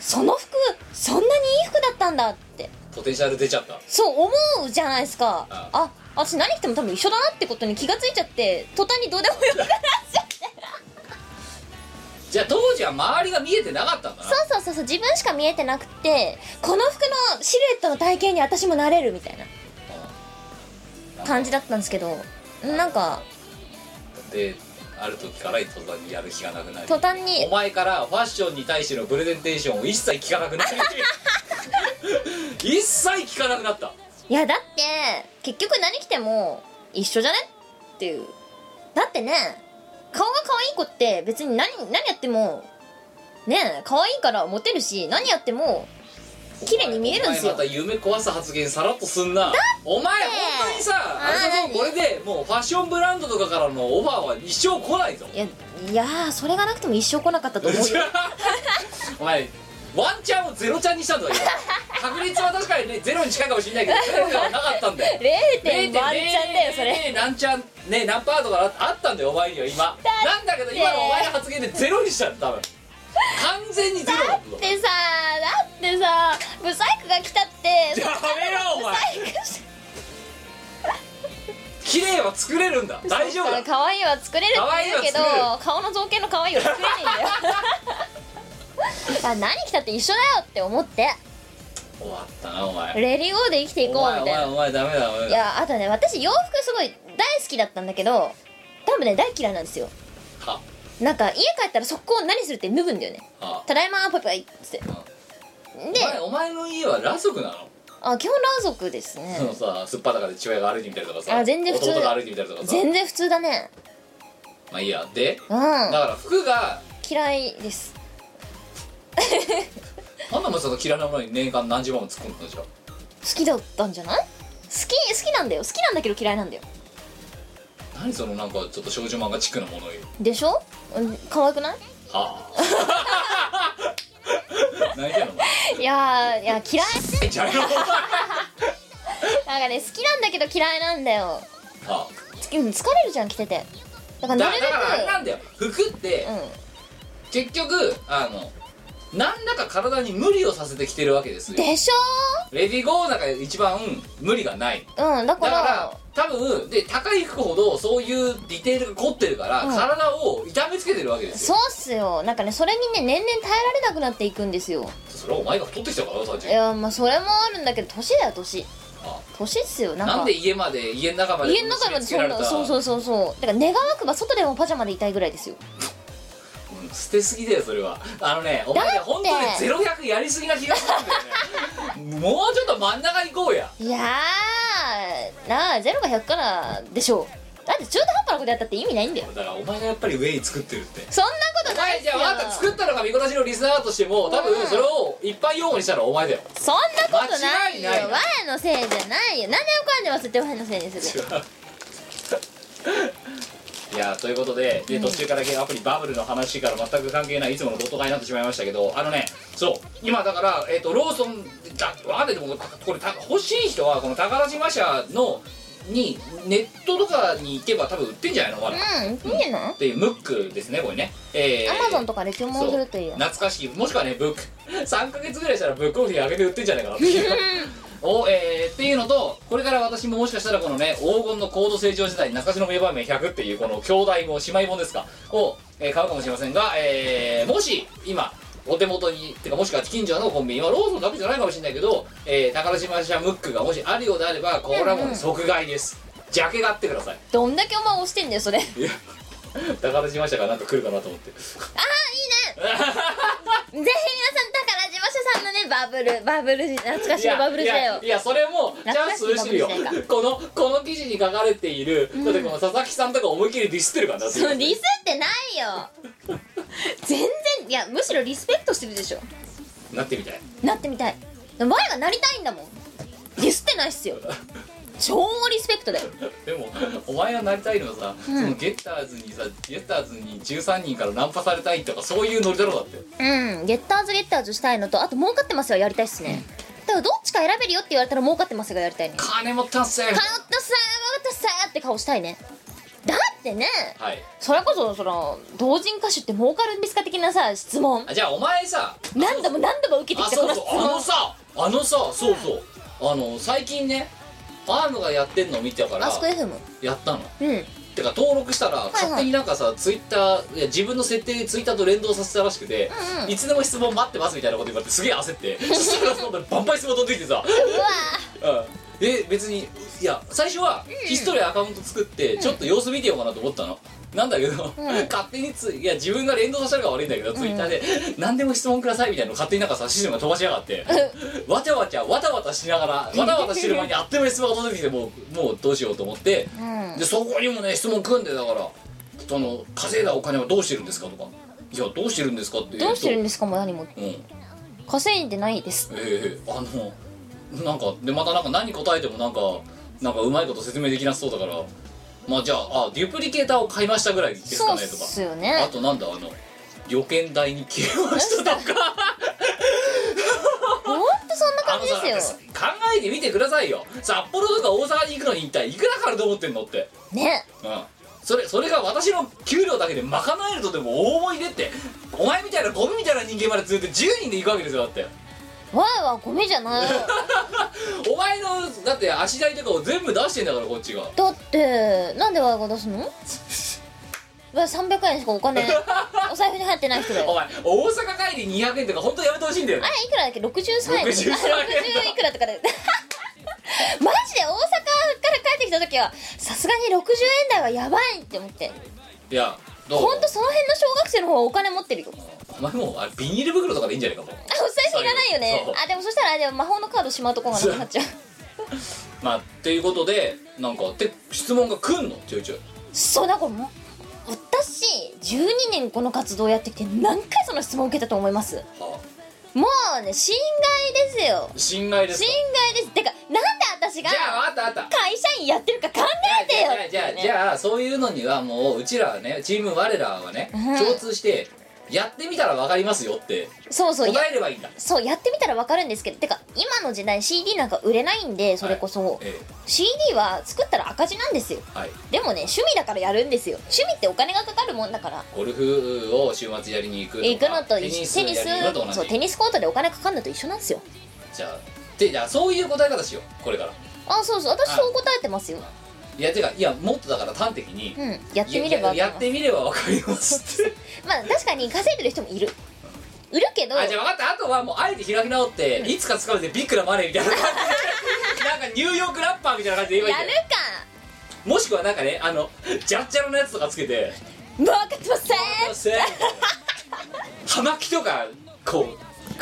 その服そんなにいい服だったんだってえポテンシャル出ちゃったそう思うじゃないですかああ私何着ても多分一緒だなってことに気がついちゃって途端にどうでもよくなっちゃってじゃあ当時は周りが見えてなかったんだなそうそうそうそう自分しか見えてなくてこの服のシルエットの体型に私もなれるみたいな感じだったんですけどなんかである時から途端にやる気がなくなり途端おに前からファッションに対してのプレゼンテーションを一切聞かなく なり一切聞かなくなったいやだって結局何着ても一緒じゃねっていうだってね顔が可愛い子って別に何何やってもねえ可愛いからモテるし何やっても綺麗に見えるんですよお前また夢壊す発言さらっとすんなお前本当にさあれだぞ何これでもうファッションブランドとかからのオファーは一生来ないぞいやいやーそれがなくても一生来なかったと思う よお前ワンチャンをゼロチャンにしたんだよ今確率は確かにねゼロに近いかもしれないけどゼロではなかったんだよ0.1ちゃん0.0だよそれね何ちゃんね何パーとかあったんだよお前には今なんだけど今のお前の発言でゼロにしちゃった多分完全にゼロだっただってさだってさブサイクが来たってやめろお前綺麗は作れるんだ大丈夫だ可愛いは作れるって言うけど可愛いは顔の造形の可愛いは作れないんだよ あ何来たって一緒だよって思って終わったなお前レディーゴーで生きていおこう前みおたい前なお前ダメだお前いやあとね私洋服すごい大好きだったんだけど多分ね大嫌いなんですよはなんか家帰ったら速攻何するって脱ぐんだよねはただいまーぽいぽいっつってでお前お前の家は裸族なのあ基本裸族ですねそのさすっぱだから父親が歩いてみたりとかさあ全然普通弟が歩いてみたりとかさ全然普通だねまあいいやでうんだから服が嫌いですあんなもんその嫌いなものに年間何十万も突っ込んだのじゃん好きだったんじゃない好き好きなんだよ好きなんだけど嫌いなんだよ何そのなんかちょっと少女漫画チックなものよでしょうん可愛くない はあ泣いてんのお前いやーいや嫌いじゃあなんかね好きなんだけど嫌いなんだよはあつうん疲れるじゃん着ててだからだなだるからあれなべんだよ服ってくうん結局あの何らか体に無理をさせてきてるわけですよでしレディーゴーなんか一番無理がないょうんだからだから多分で高い服ほどそういうディテールが凝ってるから、うん体を痛めつけてるわけですそようっすよなんかねそれにね年々耐えられなくなっていくんですよそれはお前が太ってきたからさいやまあそれもあるんだけど年だよ年あ年っすよなんかなんで家まで家の中まで、家の中までそんなそうそううそうそうだから願わくば外でもパジャマでいたいぐらいですようん捨てすぎだよそれはあのねお前ねだって本当にゼロ百やりすぎな気がするんだよね もうちょっと真ん中行こうやいやーなあゼロか100からでしょうだって中途半端なことやったって意味ないんだよだからお前がやっぱりウェイ作ってるってそんなことなはっいいすじゃよあ分かった作ったのが見こなしのリスナーとしても多分それを一般用語にしたのはお前だよそんなことないよ間違いない我のせいじゃないよ何でもかんでも忘れて我のせいにするいやーということでで途中からゲームアプリバブルの話から全く関係ないいつものドット買いになってしまいましたけどあのねそう今だから、えっとローソンだわかんないでもこれた欲しい人はこの宝島社のにネットとかに行けば多分売ってんじゃないのまだ、うんいいんじゃないっていうムックですねこれねえーアマゾンとかで注文するといいよ懐かしいもしくはねブック3か 月ぐらいしたらブックオフに上げて売ってんじゃないかなっていう おえーっていうのとこれから私ももしかしたらこのね黄金の高度成長時代中島名場面100っていうこの兄弟も姉妹本ですかを、えー買うかもしれませんが、えーもし今お手元にてかもしくは近所のコンビニはローソンだけじゃないかもしれないけど、えー宝島社ムックがもしあるようであればこれはもう即買いです、ジャケ買ってくださいどんだけお前押してんだよそ れ宝島社がなんか来るかなと思ってぜひ皆さん宝島社さんのねバブルバブル懐かしいいやバブル時代いをやいやそれもチャンス薄いよ懐かしいバブル時代このこの記事に書かれている、だってこの佐々木さんとか思いっきりディスってるからなってそのリスってないよ全然いやむしろリスペクトしてるでしょなってみたいなってみたい前がなりたいんだもんディスってないっすよ超リスペクトだよでもお前がなりたいのはさ、そのゲッターズにさゲッターズに13人からナンパされたいとかそういうノリだろだってうんゲッターズゲッターズしたいのとあと儲かってますよやりたいっすねだからどっちか選べるよって言われたら儲かってますがやりたいね金持ったんすよ金持ったさー儲かったさーって顔したいねだってねはいそれこそその同人歌手って儲かるんですか的なさ質問あじゃあお前さ何度も何度も受けてあきたそこうのそ質うあの問さあのさそうそうあの最近ねアームがやってんの見てたからあそこ FM やったのうんてか登録したらい勝手になんかさツイッターいや自分の設定ツイッターと連動させたらしくて、うんうんいつでも質問待ってますみたいなこと言われてすげえ焦ってそしたらそのバンバン質問飛んできてさうわうんえ別にいや最初はひっそりアカウント作ってちょっと様子見てようかなと思ったの、なんだけど、勝手についや自分が連動させたのが悪いんだけど、ツイッターで「何でも質問ください」みたいなの勝手になんかさシステムが飛ばしやがって、わちゃわちゃわたわたしながらわたわたしてる間にあっという間に質問が飛んできてもうもうどうしようと思って、でそこにもね質問組んでだからその稼いだお金はどうしてるんですかとか「いやどうしてるんですか?」って言うとどうしてるんですかもう何もうん稼いでないですええあのなんかでまたなんか何答えてもなんかなんかうまいこと説明できなさそうだからまあじゃああデュプリケーターを買いましたぐらいですそかうっねとかすよあねとなんだあの旅券代に消えました とかほんとそんなあ感のじさですよ考えてみてくださいよ札幌とか大阪に行くのに一体いくらかかると思ってんのってねうんそれそれが私の給料だけで賄えるとでも思い出ってお前みたいなゴミみたいな人間まで連れて10人で行くわけですよだってわいはゴミじゃ ないお前のだって足代とかを全部出してんだからこっちがだってなんでわいが出すのわい300円しかお 金お財布に入ってない人だおよ前大阪帰り200円とか本当やめてほしいんだよあねれいくらだっけ63円とか63円あ60いくらとかで マジで大阪から帰ってきた時はさすがに60円台はやばいって思っていやどうほんとその辺の小学生の方がお金持ってるよあおお前もうあれビニール袋とかでいいんじゃないかもう財布いらないよねそうあでもそしたらあれでも魔法のカードしまうとこがなくなっちゃうまあっていうことでなんかって質問が来んのちょいちょいそうだからもう私12年この活動やってきて何回その質問受けたと思いますはもうね侵害ですよあ侵害です侵か害ですてかなんで私じがゃああったあった会社員やってるか考えてよじゃあっていうねじゃあじゃあそういうのにはもううちらはねチーム我らはねうん共通してやってみたらわかりますよってそうそう答やえればいいんだそうやってみたらわかるんですけどてか今の時代 CD なんか売れないんでそれこそ、え CD は作ったら赤字なんですよえはいでもね趣味だからやるんですよ趣味ってお金がかかるもんだからゴルフを週末やりに行くとか行くのと一緒テニスやりに行くのとそ同うテじニスコートでお金かかるのと一緒なんですよじゃあでじゃあそういう答え方しようこれからあそうそう私そう答えてますよいやてかいやもっとだから端的に、うんやってみればいややってみればわかりますってまあ確かに稼いでる人もいるいるけどあじゃあ分かったあとはもうあえて開き直って、いつか使うでビッグなマネーみたいな感じでなんかニューヨークラッパーみたいな感じで言えばやいいるんだよもしくはなんかねあのジャッジャラのやつとかつけてかもう分かってません「せーの」はまきとかこう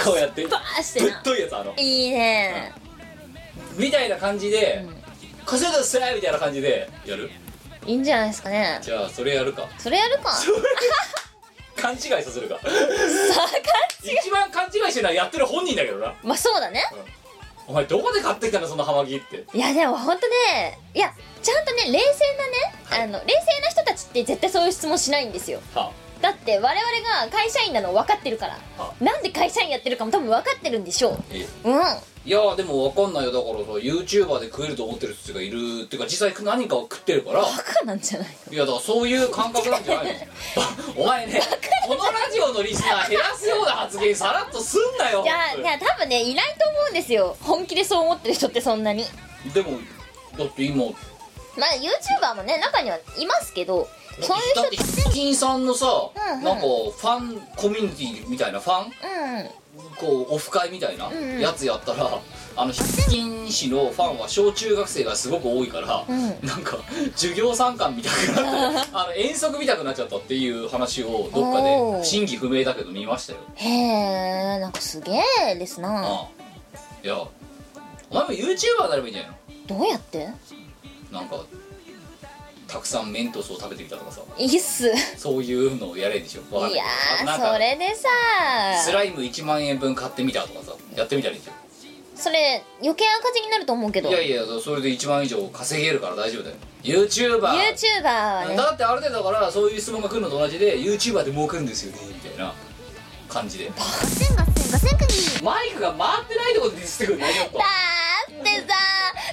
こうやってぶっバーしてなといやつあのいいねみたいな感じで「稼いだっせー」みたいな感じでやるいいんじゃないですかねじゃあそれやるかそれやるか 勘違いさせるか一番勘違いしてるのはやってる本人だけどなまあそうだね、お前どこで買ってきたのそのハマギっていやでも本当ねいやちゃんとね冷静なね、あの冷静な人たちって絶対そういう質問しないんですよはだって我々が会社員なの分かってるからあなんで会社員やってるかも多分分かってるんでしょええううんいやーでもわかんないよだからさ YouTuber で食えると思ってる人がいるっていうか実際何かを食ってるからバカなんじゃないいやだからそういう感覚なんじゃないのお前ねこのラジオのリスナー減らすような発言さらっとすんなよいやいや多分ねいないと思うんですよ本気でそう思ってる人ってそんなにでもだって今だまあ YouTuber もね中にはいますけどってそういう人だってヒキンさんのさ、うんうんなんかファンコミュニティみたいなファンうこうオフ会みたいなうんうんやつやったら、あのヒキン氏のファンは小中学生がすごく多いから、んうんなんか授業参観みたく なってあの遠足みたくなっちゃったっていう話をどっかおーで真偽不明だけど見ましたよへえなんかすげえですなああいやお前も YouTuber になればいいんじゃないどうやってのなんかたくさんメントスを食べてきたとかさいいっすそういうのをやれんでしょ分かんないいけやどあなーんかそれでさスライム1万円分買ってみたとかさやってみたらいいじゃそれ余計赤字になると思うけどんいやいやそれで1万円以上稼げるから大丈夫だよ YouTuber, YouTuber はねだってある程度だからそういう質問が来るのと同じで YouTuber で儲かるんですよねみたいな感じでガセンガセンガセンクニーマイクが回ってないとこでディスってくるねやっぱだってさ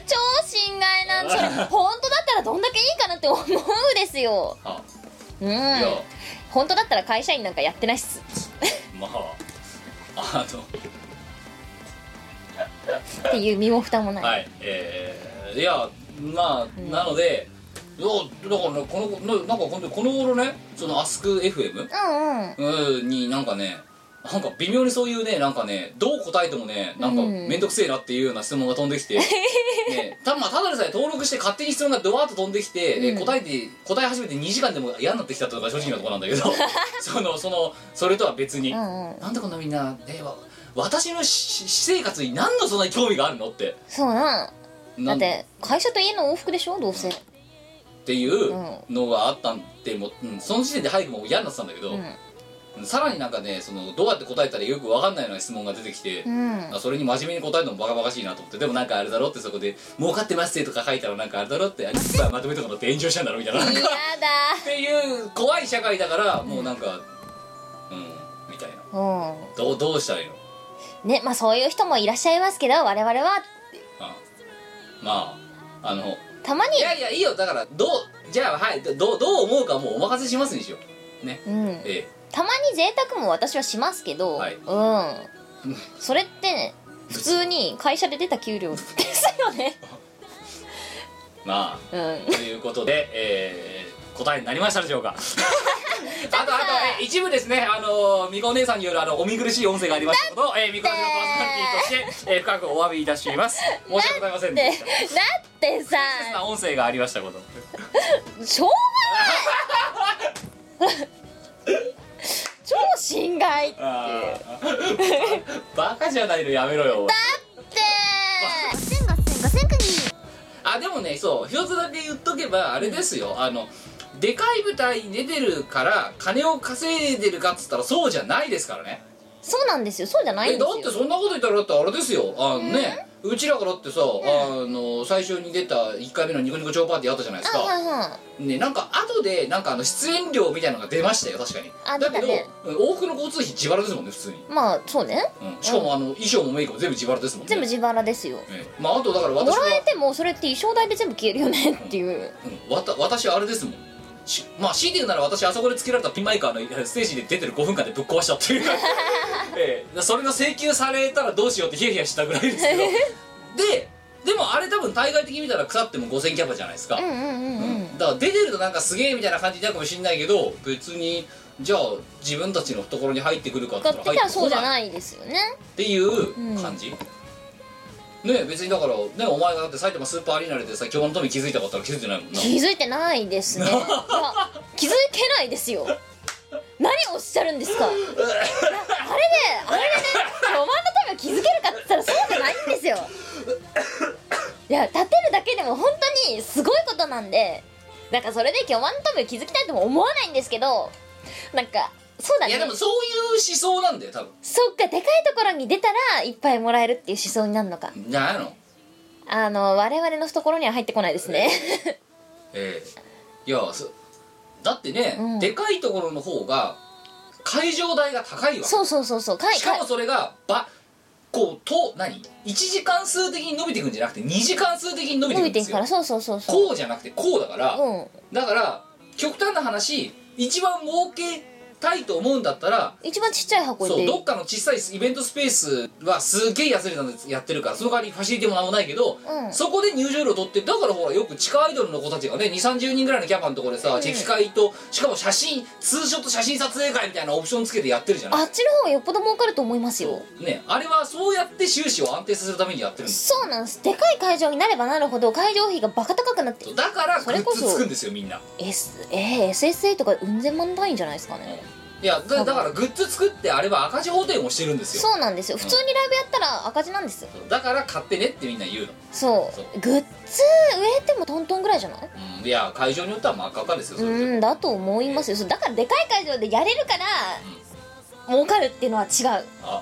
超心外なんそれ本当だったらどんだけいいかなって思うですよあうんいや本当だったら会社員なんかやってないっすまああのっていう身も蓋もない、はいえー、いやまあ、なのでいやだからねこのななんか本当にこの頃ねそのアスク FM うんうんうんになんかねなんか微妙にそういうねなんかねどう答えてもねなんかうん面倒くせえなっていうような質問が飛んで きて、ね、たまあただでさえ登録して勝手に質問がドワーッと飛んできて、でうん答えて答え始めて2時間でも嫌になってきたとか正直なところなん だけどそのそのそれとは別に、うんうんなんでこんなみんな、えわ私のし私生活に何のそんなに興味があるのってそうなだなっんて会社と家の往復でしょどうせっていうのがあったんでもう、うんその時点で早くもう嫌になってたんだけど、うんさらになんかねそのどうやって答えたらよく分かんないような質問が出てきて、うんあそれに真面目に答えるのもバカバカしいなと思ってでもなんかあれだろってそこで「儲かってます」とか書いたらなんかあれだろってあれまあまとめとかのって炎上したんだろみたいななん嫌かっだていう怖い社会だからもうなんかうん、みたいなうどうどうしたらいいのんねまあそういう人もいらっしゃいますけど我々はあまああのたまにいやいやいいよだからどうじゃあはいどどうどう思うかもうお任せしますにしようねうんえたまに贅沢も私はしますけど、はいうんそれってね普通に会社で出た給料ですよねえまあうんということで、えー答えになりましたでしょ うかあとあと、えー一部ですねあのーみこお姉さんによるあのお見苦しい音声がありましたけど、えー、みこお姉のパーソナリティとして、えー深くお詫びいたします 申し訳ございませんででだしたってさ不適切な音声がありましたことしょうがない 超心外ってあ ーバカじゃないのやめろよガセンガセンガセンクニーあでもねそう一つだけ言っとけばあれですよあのでかい舞台に出てるから金を稼いでるかっつったらそうじゃないですからねそうなんですよそうじゃないんえでだすってよそんなこと言ったらだってあれですよあのね、うちらからってさ、あの最初に出た1回目のニコニコ超パーティーあったじゃないですあはいか、はねなんか後でなんかあの出演料みたいなのが出ましたよ確かにあだけど、出たね多くの交通費自腹ですもんね普通に、いまあそうねうん、しかもあの衣装もメイクも全部自腹ですもんね全部自腹ですよええまああとだからも私らえは、てもそれって衣装代で全部消えるよねっていううん、わた私はあれですもんしまあ強いて言うなら私あそこでつけられたピンマイクあのステージで出てる5分間でぶっ壊したっ ていうええそれの請求されたらどうしようってヒヤヒヤしたぐらいですけどででもあれ多分対外的に見たら腐っても5000キャパじゃないですか、うんうんうんうんだから出てるとなんかすげえみたいな感じになるかもしんないけど別にじゃあ自分たちの懐に入ってくるかって買言っったてたらそうじゃいないですよねっていう感じ、ねえ別にだからねお前がだって埼玉スーパーアリーナでさ今日の富気づいたかったら気づいてないもんな気づいてないです ねいや気づけないですよ何をおっしゃるんですかいやあれであれでねお前のためが気づけるかって言ったらそうじゃないんですよいや立てるだけでも本当にすごいことなんでなんかそれで今日ワントム気づきたいとも思わないんですけどなんかそうだいねやでもそういう思想なんだよ多分そっかでかいところに出たらいっぱいもらえるっていう思想になるのかじゃないのあの我々の懐には入ってこないですねええいやそだってね、うんでかいところの方が会場代が高いわけそうそうそうそうかいしかもかそれがばこうと何1時間数的に伸びていくんじゃなくて2時間数的に伸びて伸びいくてんでいすくかよらそうそうそうそうこうじゃなくてこうだから、うんだから極端な話一番儲けたいと思うんだったら一番ちっちゃい箱そうでどっかの小さいイベントスペースはすげえ安いのやってるからその代わりファシリティもなんもないけど、うんそこで入場料取ってだからほらよく地下アイドルの子たちがね2 3 0人ぐらいのキャパのところでさ、チェキ会としかも写真ツーショット写真撮影会みたいなオプションつけてやってるじゃないあっちの方がよっぽど儲かると思いますよねあれはそうやって収支を安定させるためにやってるんですそうなんですでかい会場になればなるほど会場費がバカ高くなってよだからグそれこッそズつくんですよみんな S えー、SSA とかうん千万単位じゃないですかねいやだだからグッズ作ってあれは赤字補填をしてるんですよそうなんですよ普通にライブやったら赤字なんですよだから買ってねってみんな言うの、そそううグッズ植えてもトントンぐらいじゃないうん、いや会場によっては真っ赤っかですよそれでもうんだと思いますよそうだからでかい会場でやれるから儲かるっていうのは違うあ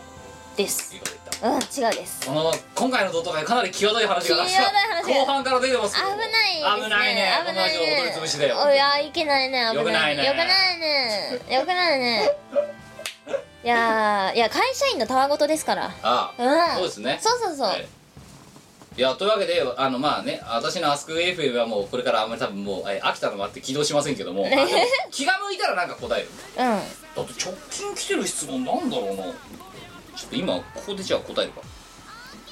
ですいいこと言ったうん違うですこの今回のドット会かなり際どい話際どがい話が後半から出てます危けどないですね危ないね危ないこの話ねはお取り潰しだよおいやいけないね危ないねよよくくなないいねよくないねいやーいや会社員のたわごとですからあうあそうでんすねそうそうそう、はいいやというわけであのまあね私のアスク FM はもうこれからあんまり多分もうえ秋田のもあって起動しませんけ どもあの気が向いたらなんか答えるうんだって直近来てる質問なんだろうなちょっと今ここでじゃあ答えるか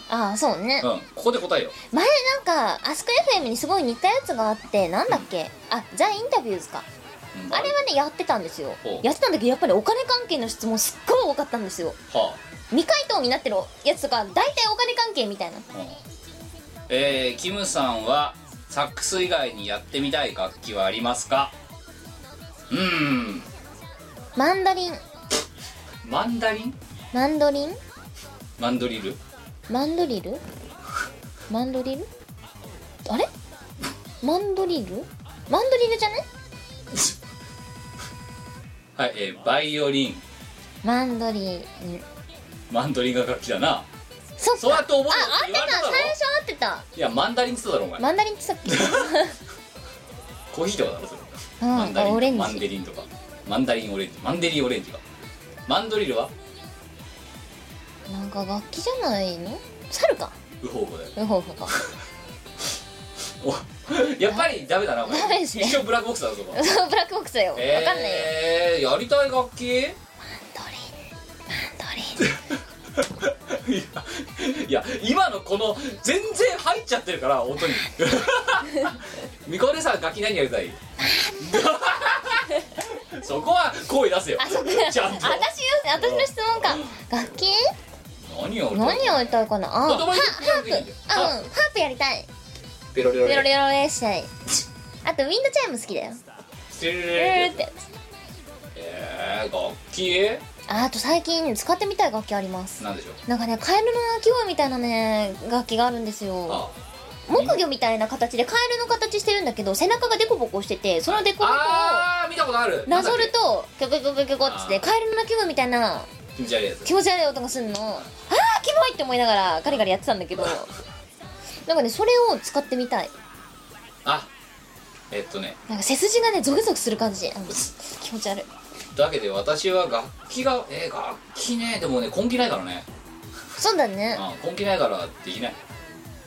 ああそうねうんここで答えよう前なんかアスク FM にすごい似たやつがあってなんだっけあザ・インタビューズかうんあれはねやってたんですよほうやってたんだけどやっぱりお金関係の質問すっごい多かったんですよは未回答になってるやつとか大体お金関係みたいなあ、うん、えー、キムさんはサックス以外にやってみたい楽器はありますかうーんマンドリンマンダリンマンドリンマンドリルマンドリルマンドリルあれマンドリルマンドリルじゃねはい、えーバイオリンマンドリンマンドリンが楽器だなそっそうやかって覚えあろっ合ってて言われたただろ最初合ってたいやマンダリンって言っただろお前、マンダリンってさっきコーヒーとかだろそれ、うんマンダあオリレンンマンデジリンとかマンダリンオレンジマンデリンオレンジかマンドリルはなんか楽器じゃないの猿かウホウホだよウホウホかおやっぱりダメだなお前ダメですね一生ブラックボックスだぞそこはブラックボックスだよ、わかんないよえー、やりたい楽器いマンドリンマンドリンやいや今のこの全然入っちゃってるから 音にみこねさん楽器何やりたいそこは声出せよあそっかちゃん私とよ私の質問か楽器何を何をやりたいかなあ言葉ハにハープ言ってあうんあハープやりたいペロレロベレロレロレしたいあとウィンドチャイム好きだよペロレロベロレレロってえー、楽器ああと最近使ってみたい楽器ありますなんでしょうなんかねカエルの鳴き声みたいなね楽器があるんですよあ木魚みたいな形でカエルの形してるんだけど背中がデコボコしててそのデコボコをあー見たことあるなぞるなんだっとキョキョキョキョキョっつってあーカエルの鳴き声みたいなけ気持ち悪いやつ気持ち悪い音がすんのあーキモいって思いながらガリガリやってたんだ けどなんかねそれを使ってみたいあえっとねなんか背筋がねゾクゾクする感じあの気持ち悪いというわけで私は楽器がえー、楽器ねでもね根気ないからねそうだねあ根気ないからできない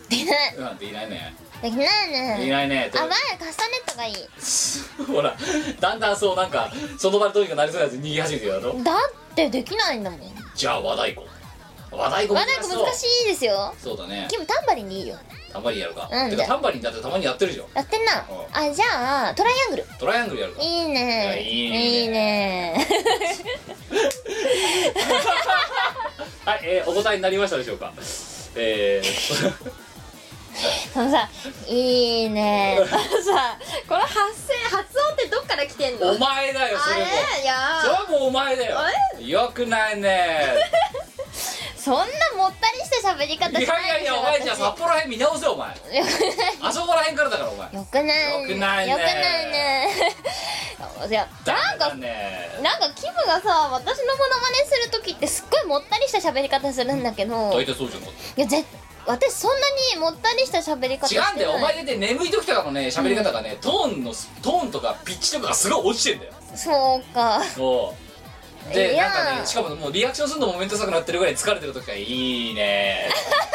できないうんできないねできないでねきないねあ前とカスタネットがいい ほらだんだんそうなんかその場でどうにかなりそうなやつ逃げ始めてるだろだってできないんだもんじゃあ和太鼓和太鼓和難太しそ鼓う難しいですよそうだねキムタンバリンでいいよタンバリンやるか、うんてかタンバリンだってたまにやってるじゃんやってんなあじゃあトライアングルトライアングルやるかいいねいやいいねいいね はい、えーお答えになりましたでしょうか えーそのさ「いいね」あのさこの発声発音ってどっから来てんのお前だよそあれもれいやそれはもうお前だよよくない ねそんなもったりした喋り方いやしいないでやい しょやお前じゃあ札幌編見直せよ お前あそこら辺からだからお前よくないよくないねよくないね いやなんかねなんかキムがさ私のモノマネする時ってすっごいもったりした喋り方するんだけど、大い体そうじゃなかっやぜ私そんなにもったりした喋り方してたない違うんだよお前だって眠い時とかのね喋り方がね、トーンのトーンとかピッチとかがすごい落ちてんだよそう かそういでやなーんかねしかももうリアクションするのも面倒くさくなってるぐらい疲れてる時がいいね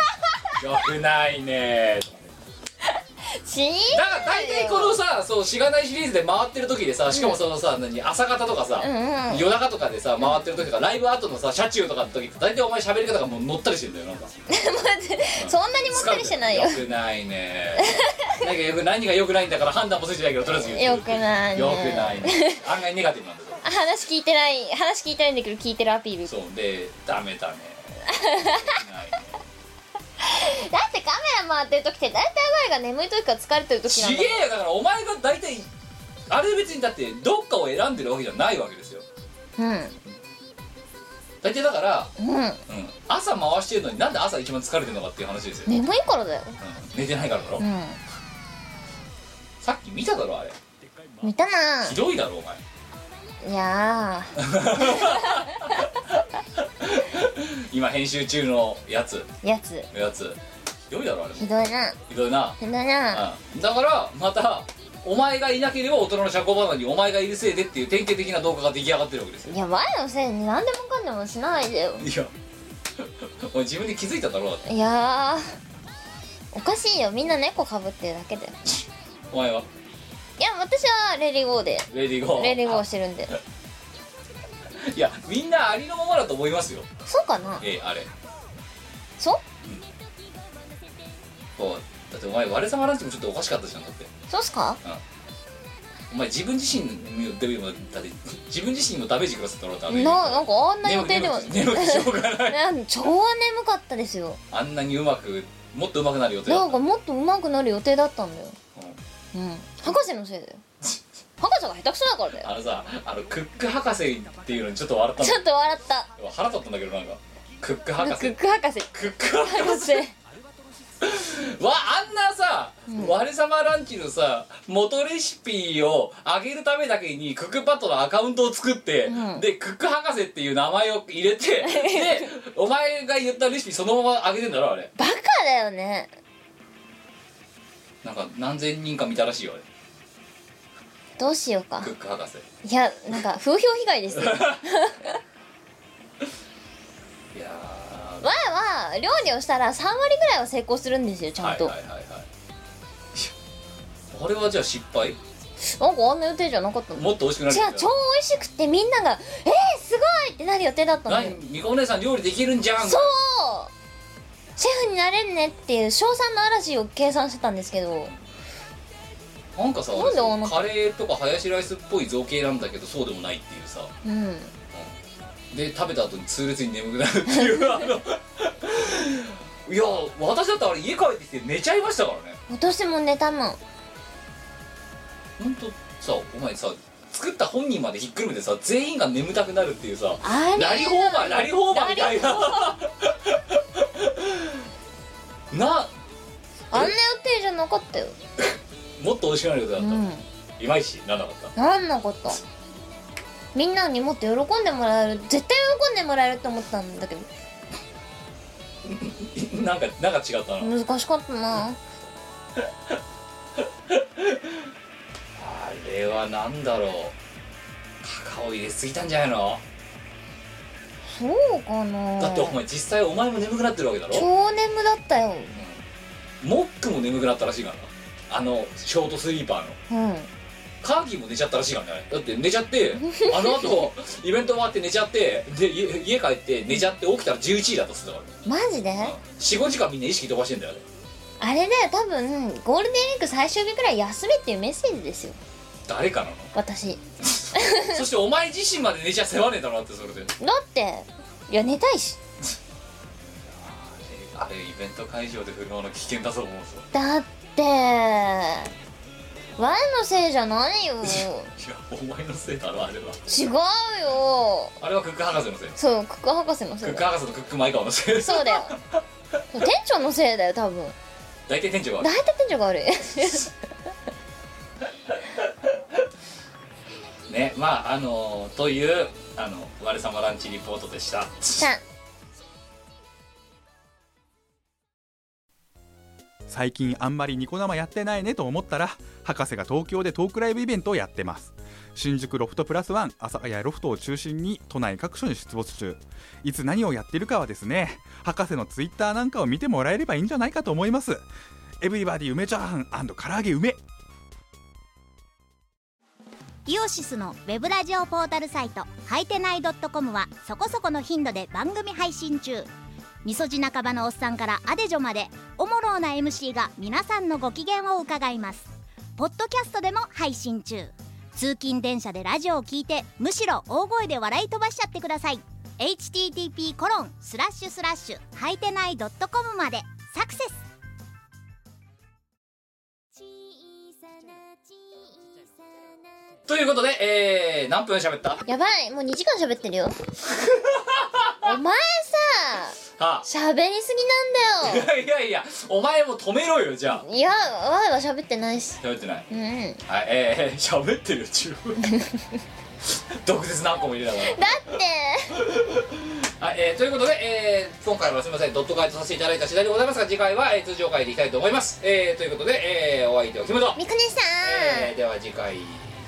よくないねしだから大体このさそうしがないシリーズで回ってる時でさしかもそのさ、何朝方とかさ、うんうん夜中とかでさ回ってる時とかライブ後のさ車中とかの時って大体お前喋り方がもう乗ったりしてんだよなんかそんなにもったりしてないよよくないね なんかよく何がよくないんだから判断もついてないけどとりあえず言うよくないねよくないね案外ネガティブなんだよ話聞いてない話聞いてないんだけど聞いてるアピールだそうでダ メだねないねってカメラ回ってる時って大体前が眠い時か疲れてる時なちんだげえよだからお前が大体あれ別にだってどっかを選んでるわけじゃないわけですよ大体だから、うんうんうん、朝回してるのになんで朝一番疲れてるのかっていう話ですよ、眠いからだようん、寝てないからだろ、うんさっき見ただろあれ見たなひどいだろお前いや今編集中のやつーやつやつひどいだろあれもひどいなひどいな、ひどいなうん、だからまたお前がいなければ大人の社交離れにお前がいるせいでっていう典型的な動画が出来上がってるわけですよいや前のせいに何でもかんでもしないでよいやお前自分で気づいただろうだっていやーおかしいよみんな猫かぶってるだけだよお前はいや私はレディゴーでレディーゴーレディゴーしてるんでいやみんなありのままだと思いますよそうかなええあれそうこうだってお前我様ランチもちょっとおかしかったじゃんだってそうっすかお前自分自身のでもだって自分自身のダメージ食らせてもらったななんかあんな予定でも眠く眠くてしょうがないね超眠かったですよあんなにうまくもっとうまくなる予定だなっんかもっと上手くなる予定だったんだよた、うんうん博士のせいだよ博士が下手くそだからだよあのさあのクック博士っていうのにちょっと笑ったちょっと笑ったの腹立ったんだけどなんかクック博ク士ック博士クック博士博士わあんなさ、我様ランチのさ元レシピを上げるためだけにクックパッドのアカウントを作って、うんでクック博士っていう名前を入れてでお前が言ったレシピそのまま上げてんだろあれバカだよねなんか何千人か見たらしいよあどうしようかれクック博士いやなんか風評被害ですよいや前は料理をしたら3割ぐらいは成功するんですよちーゃんと、はいはいはいはいいやあれはじゃあ失敗なんかあんな予定じゃなかったの違うもっと美味しくなるんだよ超美味しくてみんなが「えー、すごい!」ってなる予定だったの何よみこお姉さん料理できるんじゃんそうシェフになれんねっていう賞賛の嵐を計算してたんですけどなんかさなんであのカレーとかハヤシライスっぽい造形なんだけどそうでもないっていうさうんで食べた後に痛烈に眠くなるっていうあ のいや私だったらあれ家帰ってきて寝ちゃいましたからね私も寝たのほんとさお前さ作った本人までひっくるめてさ全員が眠たくなるっていうさあれラリホーマーラリホーマーみたいな なあんな予定じゃなかったよもっと美味しくなることだっうた、んいまいちなんなかったなんなかったみんなにもっと喜んでもらえる絶対喜んでもらえるって思ってたんだけどなんかなんか違ったな、難しかったなあれはなんだろうカカオ入れすぎたんじゃないの、そうかなだってお前実際お前も眠くなってるわけだろ超眠だったよモックも眠くなったらしいからなあのショートスリーパーのうんカーキーも寝ちゃったらしいからねだって寝ちゃってあの後イベント終わって寝ちゃってで家家帰って寝ちゃって起きたら11時だったっつってたからねマジで45時間みんな意識飛ばしてんだよねあれで多分ゴールデンウィーク最終日くらい休めっていうメッセージですよ誰かなの私そしてお前自身まで寝ちゃ世話ねえだろだってそれでだっていや寝たいしあれイベント会場で振る舞うの危険だと思うんですよだって前のせいじゃないよいやお前のせいだろあれは違うよあれはクック博士のせいそうクック博士のクせいッだク博士とクックマイカオのせいですそうだよそう店長のせいだよ多分大体店長が大体店長が悪いねねまああのというあの我様ランチリポートでしたさあ最近あんまりニコ生やってないねと思ったら博士が東京でトークライブイベントをやってます新宿ロフトプラスワン朝やロフトを中心に都内各所に出没中いつ何をやってるかはですね博士のツイッターなんかを見てもらえればいいんじゃないかと思いますエブリバディ梅チャーハン唐揚げ梅イオシスのウェブラジオポータルサイトはいてない .com はそこそこの頻度で番組配信中みそじ半ばのおっさんからアデジョまでおもろうな MC が皆さんのご機嫌を伺いますポッドキャストでも配信中通勤電車でラジオを聞いてむしろ大声で笑い飛ばしちゃってください http コロンスラッシュスラッシュはいてない .com までサクセスということで、えー、何分喋ったはやばいもう2時間喋ってるよお前あさ喋りすぎなんだよいやいやいやお前も止めろよじゃあいやわいは喋ってないし喋ってないうんうんはいえー、喋ってるよ中 分毒舌何個も入れながらだってはい、えーということで、えー今回はすみませんドット会とさせていただいた次第でございますが次回は、えー通常会でいきたいと思います、えーということで、えーお相手を決めと、みくねさえーでは次回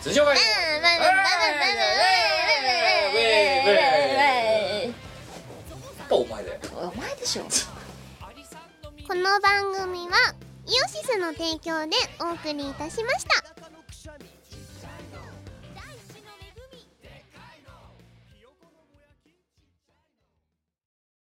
通常会でんバイバイバイバイバイバイバイバイバイバイバイバイやっぱお前だよお前でしょこの番組はイオシスの提供でお送りいたしました